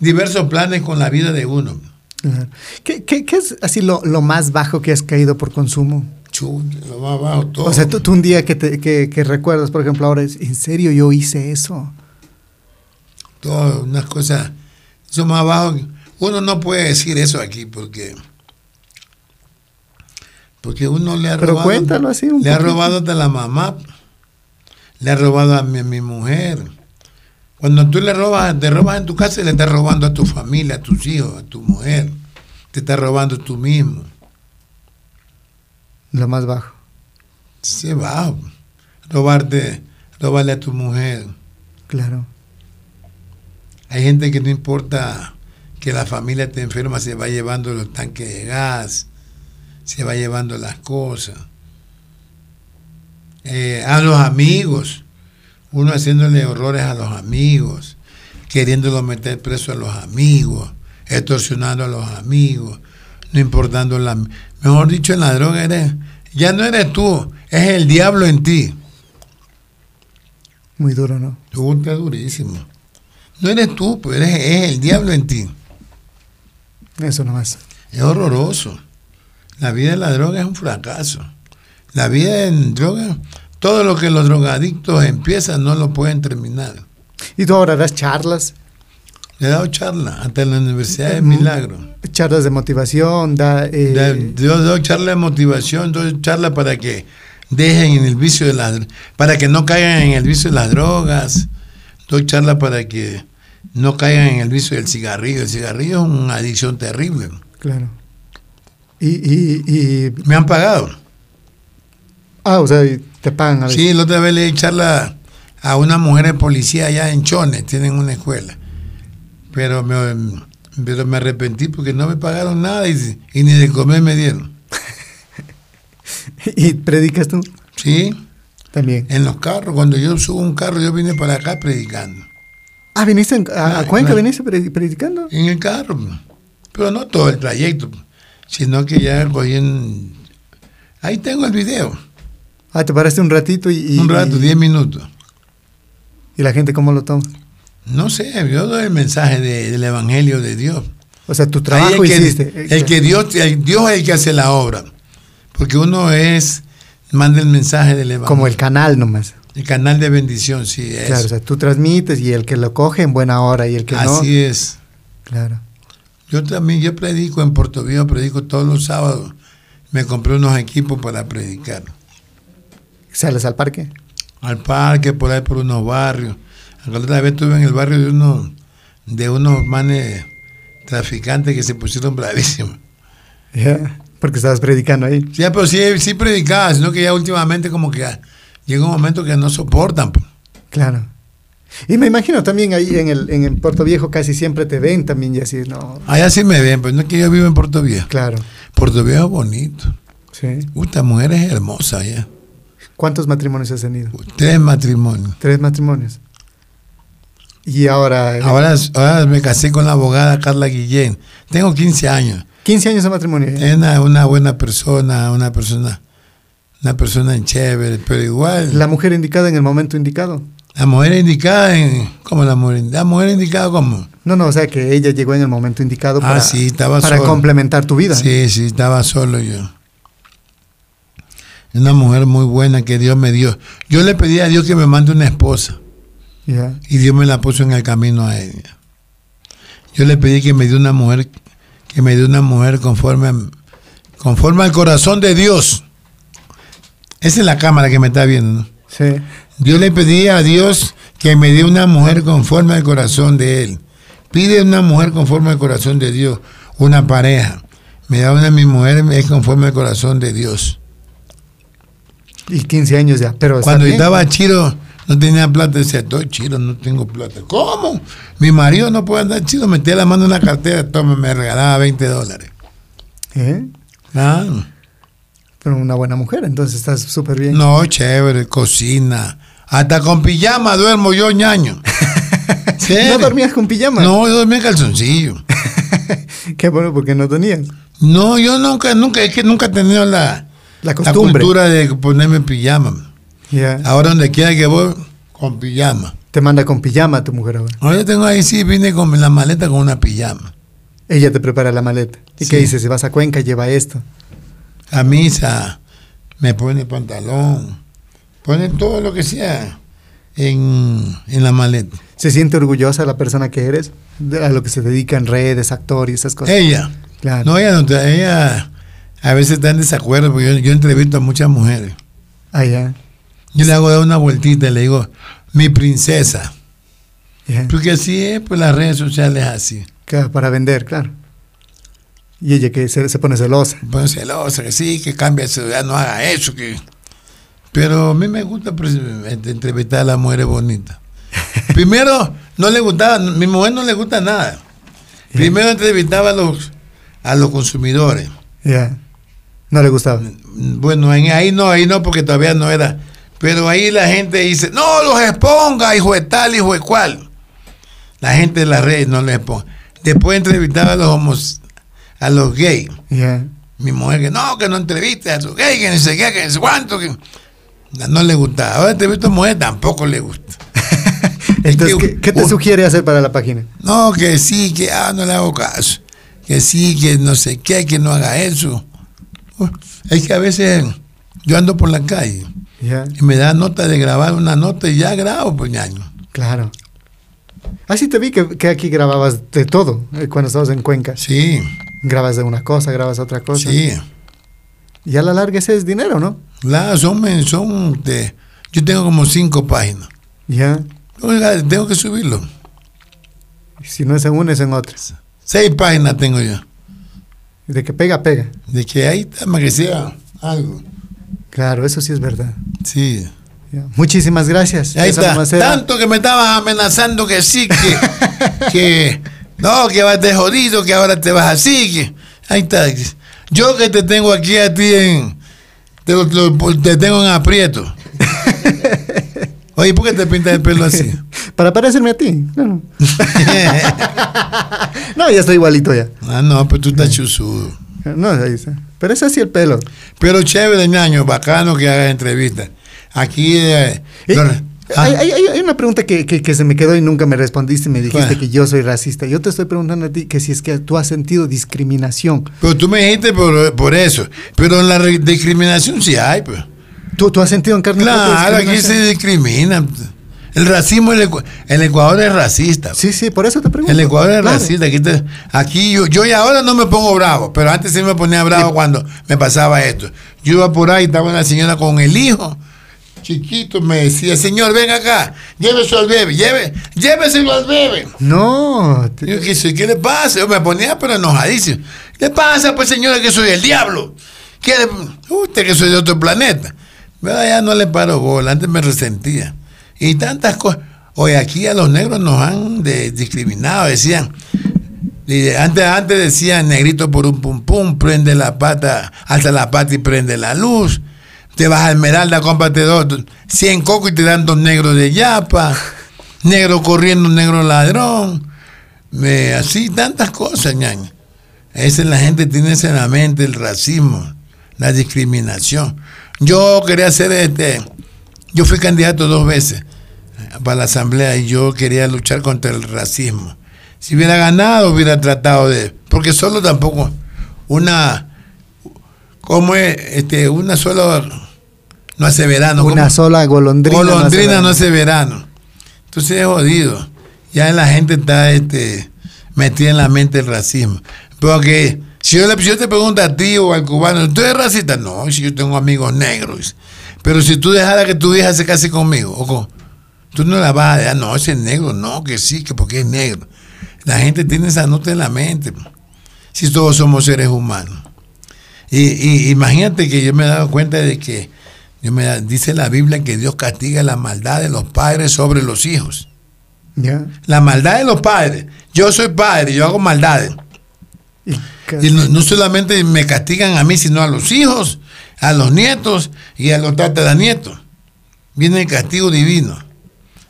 diversos planes con la vida de uno.
Claro. ¿Qué, qué, qué es así lo, lo más bajo que has caído por consumo?
Chuta, lo más bajo todo.
O sea, tú, tú un día que, te- que, que recuerdas, por ejemplo, ahora es, ¿en serio yo hice eso?
Todas unas cosas, eso más abajo, uno no puede decir eso aquí porque porque uno le ha
Pero
robado
cuéntalo así un
le ha
poquito.
robado hasta la mamá le ha robado a mi, a mi mujer cuando tú le robas te robas en tu casa le estás robando a tu familia a tus hijos a tu mujer te estás robando tú mismo
Lo más bajo.
se va robarte robarle a tu mujer
Claro.
Hay gente que no importa que la familia esté enferma, se va llevando los tanques de gas, se va llevando las cosas. Eh, a los amigos, uno haciéndole horrores a los amigos, queriéndolo meter preso a los amigos, extorsionando a los amigos, no importando la... Mejor dicho, en la droga eres, ya no eres tú, es el diablo en ti.
Muy duro, ¿no?
Tú estás durísimo. No eres tú, pues eres, es el diablo en ti.
Eso nomás.
Es horroroso. La vida de la droga es un fracaso. La vida en droga, todo lo que los drogadictos empiezan no lo pueden terminar.
¿Y tú ahora das charlas?
Le he dado charla hasta en la Universidad de
Ujú.
Milagro.
Charlas de motivación, da... eh,
Le- Yo doy charla de motivación, doy charla para que dejen en el vicio de las para que no caigan en el vicio de las drogas. Doy charla para que no caigan en el vicio del cigarrillo. El cigarrillo es una adicción terrible.
Claro. Y, y, y-
Me han pagado.
Ah, o sea, y te pagan a veces.
Sí, la otra vez le di charla a una mujer de policía allá en Chones, tienen una escuela. Pero me, pero me arrepentí porque no me pagaron nada y, y ni de comer me dieron.
¿Y predicas tú?
Sí,
También.
en los carros, cuando yo subo un carro, yo vine para acá predicando.
Ah, ¿viniste en- a, a
Ah,
Cuenca?
claro.
¿Viniste pre- predicando?
En el carro, pero no todo el trayecto, sino que ya cogí en... Ahí tengo el video,
Ah, te paraste un ratito y... y-
un rato,
y-
10 minutos.
¿Y la gente cómo lo toma?
No sé, yo doy el mensaje de- del Evangelio de Dios.
O sea, tu
Ahí
trabajo
el que,
hiciste.
El que Dios, el Dios es el que hace la obra. Porque uno es, manda el mensaje del Evangelio.
Como el canal nomás.
El canal de bendición, sí, es.
Claro, o sea, tú transmites y el que lo coge en buena hora y el que no.
Así es.
Claro.
Yo también, yo predico en Puerto Viejo, predico todos los sábados. Me compré unos equipos para predicar.
Sales al parque.
Al parque, por ahí, por unos barrios. Recuerdo la vez estuve en el barrio de unos, de unos manes traficantes que se pusieron bravísimos.
Ya, Porque estabas predicando ahí.
Ya, pero sí, sí predicaba, sino que ya últimamente como que ya llega un momento que no soportan. pues.
Claro. Y me imagino también ahí en el, en el Puerto Viejo casi siempre te ven también y así, ¿no?
Allá sí me ven, pero no es que yo vivo en Puerto Viejo.
Claro.
Puerto Viejo es bonito.
Sí.
Uy, esta mujer es hermosa ya.
¿Cuántos matrimonios has tenido?
Tres matrimonios.
Tres matrimonios. Y ahora, eh,
Ahora, ahora me casé con la abogada Carla Guillén. Tengo 15 años.
15 años de matrimonio. ¿eh?
Es una, una buena persona, una persona, una persona chévere, pero igual.
La mujer indicada en el momento indicado.
La mujer indicada en. ¿Cómo la mujer? La mujer indicada como.
No, no, o sea que ella llegó en el momento indicado
Ah,
para,
sí, estaba
para
sola.
complementar tu vida.
Sí, sí, estaba solo yo. Una mujer muy buena que Dios me dio. Yo le pedí a Dios que me mande una esposa
Ya.
y Dios me la puso en el camino a ella. Yo le pedí que me dio una mujer, que me dio una mujer conforme, a- conforme al corazón de Dios. Esa es la cámara que me está viendo, ¿no?
Sí.
Yo le pedí a Dios que me dé una mujer conforme al corazón de Él. Pide una mujer conforme al corazón de Dios, una pareja. Me da una mi mujer, es conforme al corazón de Dios.
Y 15 años ya. Pero está
Cuando
bien. pues.
estaba Chiro, no tenía plata, decía, estoy Chiro, no tengo plata. ¿Cómo? Mi marido no puede andar Chiro, metía la mano en la cartera, toma, me regalaba 20 dólares.
¿Eh?
Ah,
Pero una buena mujer, entonces estás súper bien.
no, chévere, cocina. Hasta con pijama duermo yo, ñaño.
¿No
¿Serio?
dormías con pijama?
No, yo dormía en calzoncillo.
Qué bueno, porque no tenías
No, yo nunca, nunca, es que nunca he tenido la,
la
la
costumbre.
cultura Ah. de ponerme pijama.
Ya.
Ahora donde quiera que voy, con pijama.
Te manda con pijama tu mujer ahora.
Ahora yo tengo ahí, sí, vine con la maleta con una pijama.
Ella te prepara la maleta. ¿Y
Sí.
qué dices? Si vas a Cuenca, lleva esto.
Camisa, me pone pantalón, pone todo lo que sea en, en la maleta.
¿Se siente orgullosa la persona que eres? De- a lo que se dedica en redes, actor y esas cosas.
Ella,
Claro.
Eh, no, ella, no te- ella a veces está en desacuerdo, porque yo, yo entrevisto a muchas mujeres.
Ah, ya.
Yo le hago dar una vueltita y le digo, mi princesa.
ya.
Porque así es, pues las redes sociales así.
Claro, para vender, claro. Y ella que se, se pone celosa.
Bueno, celosa, que sí, que cambie de ciudad, no haga eso. que Pero a mí me gusta pues, ent- entrevistar a las mujeres bonitas. Primero, no le gustaba, mi mujer no le gusta nada. Primero entrevistaba a los, a los consumidores.
Ya. No le gustaba.
Bueno, en- ahí no, ahí no, porque todavía no era. Pero ahí la gente dice, no los exponga, hijo de tal, hijo de cual. La gente de las redes no les exponga. Después entrevistaba a los homos, a los gays.
Ya.
Mi mujer que no, que no entreviste a su gay, que no sé qué, que no sé cuánto, que no, no le gusta. Ahora entrevisto a mujer, tampoco le gusta.
Entonces,
que-
¿qué, qué te
uh.
sugiere hacer para la página?
No, que sí, que ah, no le hago caso. Que sí, que no sé qué, que no haga eso. Uf, Es que a veces yo ando por la calle
Ya.
y me da nota de grabar una nota y ya grabo, pues ñaño.
Claro. Así te vi que, que aquí grababas de todo eh, cuando estabas en Cuenca.
Sí,
Grabas de una cosa, grabas otra cosa.
sí.
Y a la larga ese es dinero, ¿no?
La, son, men- son de- yo tengo como cinco páginas.
Ya.
Oiga, tengo que subirlo.
Si no es en una, es en otra.
Seis páginas tengo yo.
De que pega, pega.
De que ahí está, más que sea algo.
Claro, eso sí es verdad.
Sí.
Ya. Muchísimas gracias.
Ahí
Eso
está.
nomás era.
Tanto que me estabas amenazando que sí, que, que no, que vas a estar jodido, que ahora te vas así. Que, ahí está. Yo que te tengo aquí a ti en. Te, lo- te tengo en aprieto. Oye, ¿por qué te pintas el pelo así?
Para parecerme a ti. No, no. No, ya estoy igualito ya.
ah, no, pues tú estás chuzudo.
No, ahí está. Pero es así el pelo.
Pero chévere, ñaño, bacano que hagas entrevistas. Aquí. eh,
Eh,
lo- ah,
hay, hay- hay- hay una pregunta que, que- que se me quedó y nunca me respondiste. Me dijiste
¿Cuál?
que yo soy racista. Yo te estoy preguntando a ti que si es que tú has sentido discriminación.
Pero tú me dijiste por, por eso. Pero la re- discriminación sí hay, pues.
¿Tú, tú has sentido en carne
Claro,
propia
aquí se
discriminación?
discrimina. El racismo, en el, Ecu- el Ecuador es racista.
Sí, sí, por eso te pregunto.
El Ecuador es
Claro.
racista. Aquí, te- aquí yo, yo y ahora no me pongo bravo, pero antes sí me ponía bravo cuando me pasaba esto. Yo iba por ahí, estaba una señora con el hijo, chiquito, me decía, señor, ven acá, lléveselo al bebé, lleve, lléveselo al bebé.
No.
Y Yo dije, ¿qué le pasa? Yo me ponía pero enojadísimo. ¿Qué le pasa, pues señora, que soy el diablo? ¿Qué le- Usted que soy de otro planeta. Pero ya no le paro bola, antes me resentía. Y tantas cosas. Hoy aquí a los negros nos han de- discriminado, decían. Y de- antes, antes decían, negrito por un pum pum, prende la pata, alza la pata y prende la luz. Te vas a Esmeralda, cómprate dos, 100 cocos y te dan dos negros de yapa. Negro corriendo, negro ladrón. Me- así tantas cosas, ñaña. Esa la gente tiene eso en la mente, el racismo, la discriminación. Yo quería ser este, yo fui candidato dos veces eh, para la asamblea y yo quería luchar contra el racismo. Si hubiera ganado, hubiera tratado de, porque solo tampoco una, como es, este, una sola no hace verano.
Una
¿cómo?
sola golondrina. no hace
Golondrina
daño.
no hace verano. Entonces es jodido. Ya la gente está este, metida en la mente el racismo. Porque si yo, le, si yo te pregunto a ti o al cubano, ¿tú eres racista? No, si yo tengo amigos negros. Pero si tú dejaras que tu hija se case conmigo, o con- tú no la vas a dejar, no, ese es negro, no, que sí, que porque es negro. La gente tiene esa nota en la mente. pues, Si todos somos seres humanos. Y, y imagínate que yo me he dado cuenta de que yo me da- dice la Biblia que Dios castiga la maldad de los padres sobre los hijos.
Ya.
La maldad de los padres. Yo soy padre, yo hago maldades.
Y ca-
Y no, no solamente me castigan a mí, sino a los hijos, a los nietos y a los tataranietos. Viene el castigo divino.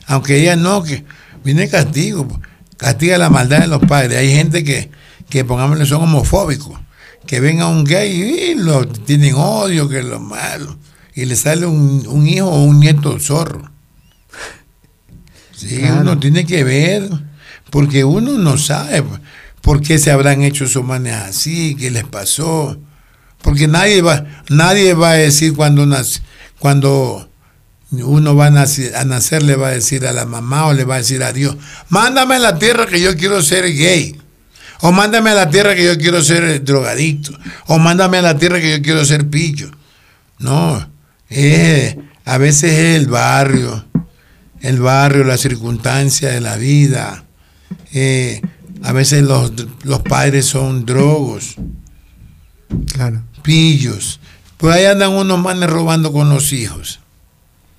Aunque ella no, que viene el castigo. po. Castiga la maldad de los padres. Hay gente que, que pongámosle, son homofóbicos. Que ven a un gay y lo tienen odio, que es lo malo. Y le sale un, un hijo o un nieto zorro. Sí,
Claro.
uno tiene que ver, porque uno no sabe por qué se habrán hecho esos manes así, qué les pasó. Porque nadie va, nadie va a decir cuando, nace- cuando uno va a nacer, a nacer, le va a decir a la mamá o le va a decir a Dios, mándame a la tierra que yo quiero ser gay. O mándame a la tierra que yo quiero ser eh, drogadicto. O mándame a la tierra que yo quiero ser pillo. No, es- a veces es el barrio, el barrio, la circunstancia de la vida. Eh, a veces los, los padres son drogos,
Claro,
pillos. Por ahí andan unos manes robando con los hijos.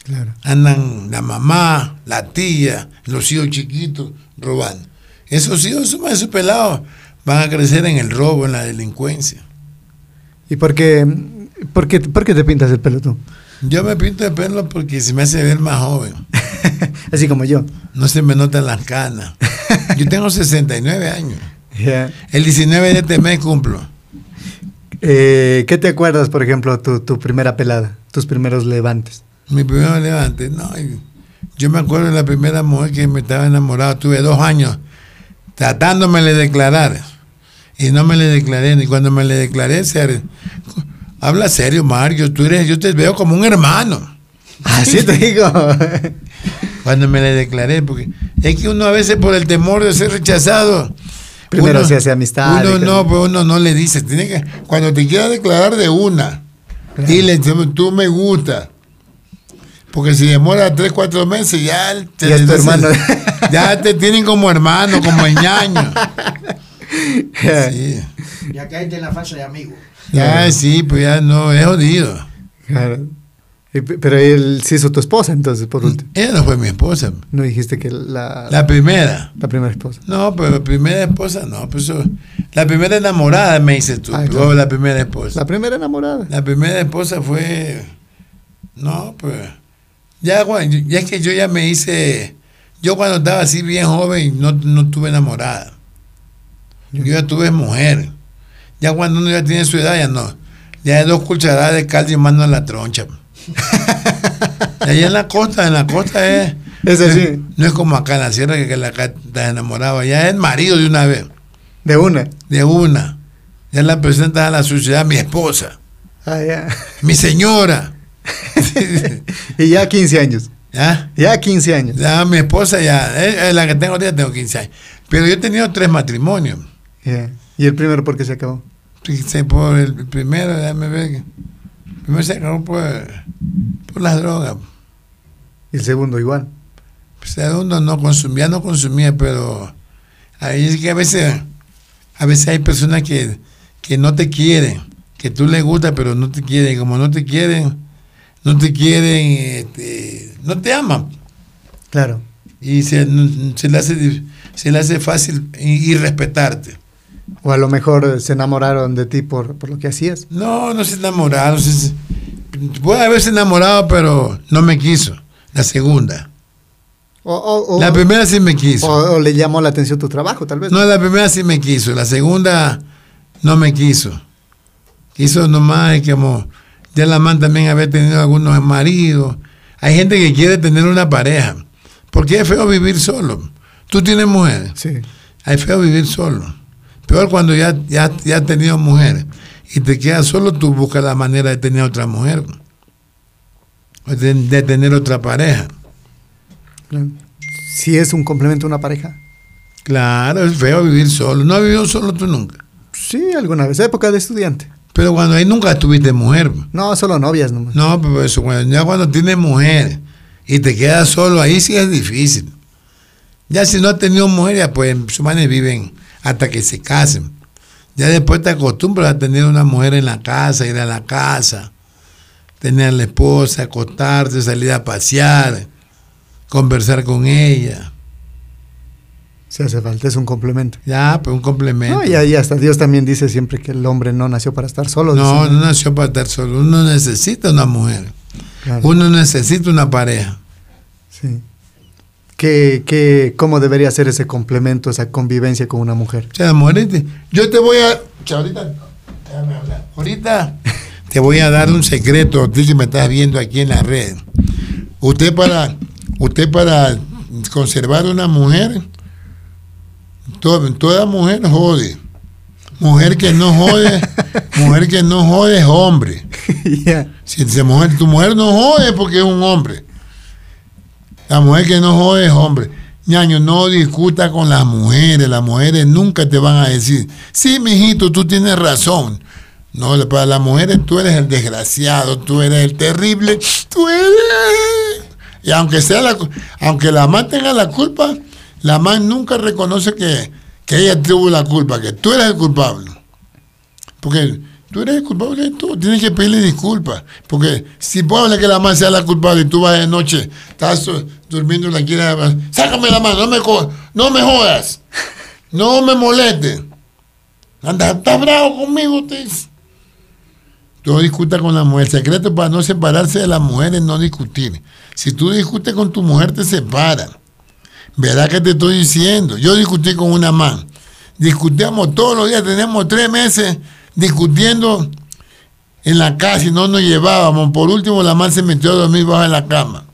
claro.
Andan la mamá, la tía, los hijos chiquitos robando. Esos hijos, esos manes, esos pelados, van a crecer en el robo, en la delincuencia.
¿Y por qué, por qué, por qué te pintas el pelo tú?
Yo me pinto de pelo porque se me hace ver más joven.
Así como yo.
No se me notan las canas. Yo tengo 69 años.
Ya.
El 19 de este mes cumplo.
Eh, ¿Qué te acuerdas, por ejemplo, tu, tu primera pelada? Tus primeros levantes.
Mi primer levante. No, y- yo me acuerdo de la primera mujer que me estaba enamorado. Tuve dos años tratándome de declarar. Y no me le declaré. Ni cuando me le declaré, se are- habla serio, Mario. Tú eres, yo te veo como un hermano. Ah,
Así te digo.
Cuando me le declaré, porque es que uno a veces por el temor de ser rechazado.
Primero
uno-
se hace amistad.
Uno no, pues uno no le dice. Tiene que, cuando te quiera declarar de una,
Claro.
dile, tú tú me gusta. Porque si demora tres, cuatro meses, ya te,
Ya es tu
entonces,
hermano.
ya te tienen como hermano, como el ñaño. Sí.
Y acá hay de la falsa de amigo.
Ya sí, pues ya no, es jodido.
Claro. Y pe- Pero él se hizo tu esposa, entonces, por último.
Ella no fue mi esposa,
No dijiste que la, la,
Mm. la primera.
primera esposa.
No, pero la primera esposa no, pues eso- la primera enamorada me dices tú,
Ah,
pero
claro.
la primera esposa.
La primera enamorada.
La primera esposa fue. No, pues. Ya, cuando- ya es que yo ya me hice. Yo cuando estaba así bien joven no, no tuve enamorada. Yo ya tuve mujer. Ya cuando uno ya tiene su edad, ya no. Ya hay dos cucharadas de caldo y mano en la troncha. Allá en la costa, en la costa eh, es.
Es así.
No es como acá en la sierra que que la acá estás enamorado. Ya es marido de una vez,
De una.
de una. Ya la presentas a la sociedad, mi esposa,
Ah, ya.
mi señora.
y ya 15 años.
¿Ya?
Ya 15 años.
Ya mi esposa ya, eh, eh, la que tengo ahorita tengo 15 años. Pero yo he tenido tres matrimonios.
Ya. Y el primero porque se acabó.
Fíjese, Por el primero, déjame ver. Primero se acabó por, por las drogas.
Y el segundo igual.
Pues segundo no consumía, no consumía, pero ahí es que a veces, a veces hay personas que, que no te quieren, que tú le gusta, pero no te quieren. Como no te quieren, no te quieren, este, no te aman.
Claro.
Y se, se le hace, dif- se le hace fácil y, y respetarte.
O a lo mejor eh, se enamoraron de ti por, por lo que hacías.
No, no se enamoraron. se- se- puede haberse enamorado, pero no me quiso. La segunda.
O, o- o-
La primera sí me quiso.
o- o le llamó la atención tu trabajo, tal vez.
No, la primera sí me quiso, la segunda no me quiso. Quiso nomás es como ya la man también haber tenido algunos maridos. Hay gente que quiere tener una pareja, porque es feo vivir solo. Tú tienes mujer,
Sí.
es feo vivir solo. Peor cuando ya, ya, ya has tenido mujer y te quedas solo, tú buscas la manera de tener otra mujer, o de, de tener otra pareja.
claro. Si es un complemento a una pareja.
Claro, es feo vivir solo. No has vivido solo tú nunca.
Sí, alguna vez. Época de estudiante.
Pero cuando ahí nunca tuviste mujer.
No, solo novias nomás.
No, pero eso, cuando, ya cuando tienes mujer y te quedas solo, ahí sí es difícil. Ya si no has tenido mujer, ya pues sus manes viven hasta que se casen. Ya después te acostumbras a tener una mujer en la casa, ir a la casa, tener a la esposa, acostarte, salir a pasear, conversar con ella.
Se hace falta, es un complemento.
Ya, pues un complemento.
No, y ahí hasta Dios también dice siempre que el hombre no nació para estar solo.
no,
dice,
no nació para estar solo. Uno necesita una mujer.
Claro,
Uno necesita una pareja.
sí. Que, que cómo debería ser ese complemento, esa convivencia con una mujer.
O sea, morete. Yo te voy a. Che, ahorita. déjame hablar. Ahorita te voy a dar un secreto a ti que me estás viendo aquí en la red. Usted para. Usted para conservar una mujer. to- toda mujer jode. Mujer que no jode. mujer que no jode es hombre.
Ya.
Si tu mujer, tu mujer no jode porque es un hombre. La mujer que no jode es hombre. Ñaño, no discuta con las mujeres. Las mujeres nunca te van a decir, sí, mijito, tú tienes razón. No, para las mujeres tú eres el desgraciado, tú eres el terrible, tú eres... Y aunque, sea la, cu- aunque la man tenga la culpa, la man nunca reconoce que, que ella tuvo la culpa, que tú eres el culpable. Porque tú eres el culpable, tú tienes que pedirle disculpas. Porque si puede que la mano sea la culpable y tú vas de noche, estás eh, durmiendo la quiera, sácame la mano, no me, co- no me jodas, no me molestes. Anda, estás bravo conmigo, usted. Tú discuta con la mujer. El secreto para no separarse de la mujer es no discutir. Si tú discutes con tu mujer, te separan. Verá que te estoy diciendo. Yo discutí con una man. Discutíamos todos los días, teníamos tres meses discutiendo en la casa y no nos llevábamos. Por último, la man se metió a dormir bajo en la cama.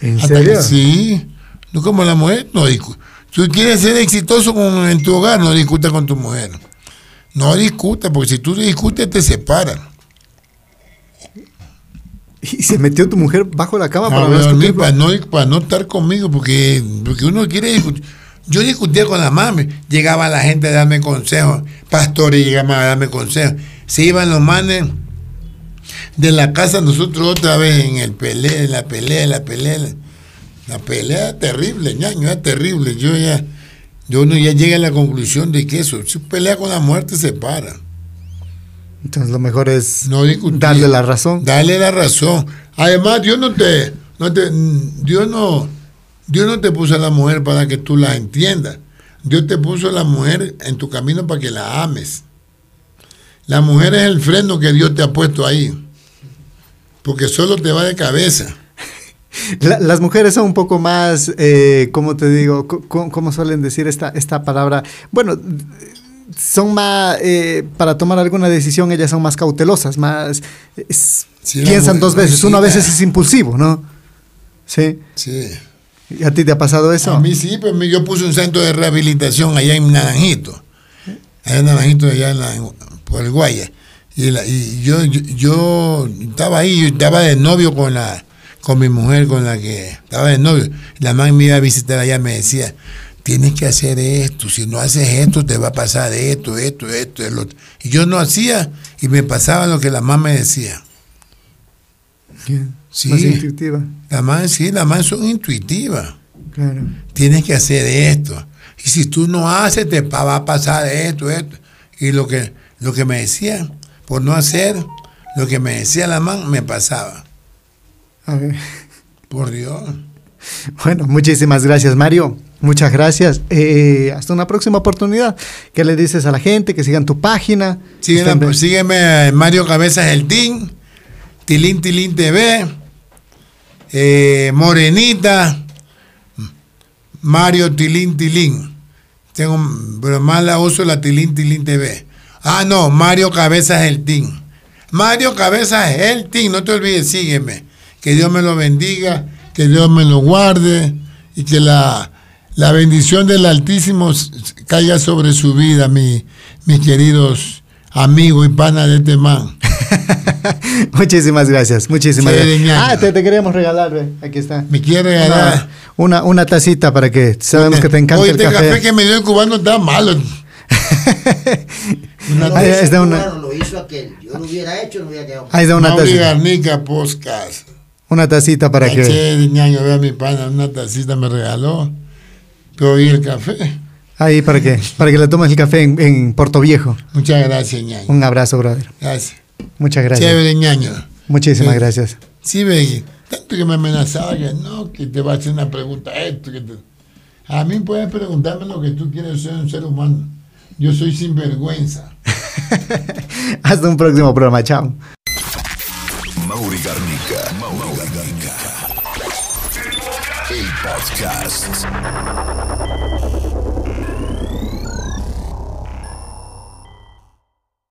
¿En
Hasta
serio?
que sí. No como la mujer, no discu- Tú quieres ser exitoso con- en tu hogar, no discutas con tu mujer. No discutas, porque si tú discutes, te separan.
Y se metió tu mujer bajo la cama
No,
para no
dormí
discutirlo.
para, no, para no estar conmigo, porque, porque uno quiere discutir. Yo discutía con la mami, llegaba la gente a darme consejos, pastores llegaban a darme consejos. Se iban los manes de la casa, nosotros otra vez en el pelea, en la pelea, en la pelea. en la- La pelea era terrible, ñaño, era terrible. Yo ya, yo uno ya llega a la conclusión de que eso, si pelea con la muerte se para.
Entonces lo mejor es
No discutir.
darle la razón.
Dale la razón. Además, Dios no te, no te- Dios no, Dios no te puso a la mujer para que tú la entiendas. Dios te puso a la mujer en tu camino para que la ames. La mujer es el freno que Dios te ha puesto ahí. Porque solo te va de cabeza.
La- las mujeres son un poco más, eh, ¿cómo te digo? Co- co- ¿Cómo, suelen decir esta, esta palabra? Bueno, d- son más, eh, para tomar alguna decisión, ellas son más cautelosas, más... es-
Sí, la
piensan
mujer
dos veces. Uno a
necesita.
veces es impulsivo, ¿no? Sí.
Sí.
¿Y ¿A ti te ha pasado eso?
A mí sí, pues mi- yo puse un centro de rehabilitación allá en Naranjito. Allá en Naranjito, allá en, la- en- por el Guaya. Y, la- y yo, yo, yo estaba ahí, yo estaba de novio con la con mi mujer, con la que estaba de novio. La man me iba a visitar allá, me decía, tienes que hacer esto, si no haces esto te va a pasar esto, esto, esto, el otro. Y yo no hacía y me pasaba lo que la mamá me decía.
Bien. más
Sí,
intuitiva.
las más, sí, las más son intuitivas.
Claro.
Tienes que hacer esto. Y si tú no haces, te pa- va a pasar esto, esto. Y lo que, lo que me decía, por no hacer lo que me decía la man, me pasaba.
A ver.
Por Dios.
Bueno, muchísimas gracias, Mario. Muchas gracias. Eh, hasta una próxima oportunidad. ¿Qué le dices a la gente? Que sigan tu página.
Sígueme,
Estén-
pues, sígueme, eh, Mario Cabezas El Tin, Tilín Tilín TV, eh, Morenita, Mario Tilín Tilín. Tengo, pero más la uso la Tilín Tilín TV. Ah, no, Mario Cabezas El Tin. Mario Cabezas El Tin, no te olvides, sígueme. Que Dios me lo bendiga, que Dios me lo guarde y que la, la bendición del Altísimo s- s- caiga sobre su vida, mi- mis queridos amigos y panas de este man.
muchísimas gracias. Muchísimas
Sí,
gracias.
ñaño.
Ah, te, te queremos regalar, ve. Aquí está.
Me quiere
Una,
ganar.
una, una tacita para que sabemos que te encanta
Oye,
el
este café.
café.
que me dio el cubano está malo.
No lo
Ahí
hizo
está
el
una-
cubano, lo hizo aquel. Yo lo hubiera hecho, no hubiera quedado.
Ahí da una
Mauri
tacita.
Garnica Podcast.
Una tacita para que.
Caché de ñaño, vea mi pana, una tacita me regaló. Pero y el café.
Ahí para que, para que le tomes el café en, en Puerto Viejo.
Muchas gracias, ñaño.
Un abrazo, brother.
Gracias.
Muchas gracias.
Chévere, ñaño.
Muchísimas
Sí.
gracias.
Sí, ve, tanto que me amenazaba que no, que te va a hacer una pregunta esto. Que te- A mí puedes preguntarme lo que tú quieres, soy un ser humano. Yo soy sinvergüenza.
Hasta un próximo programa. Chao.
Mauri Garnica. Mauri Garnica. El podcast.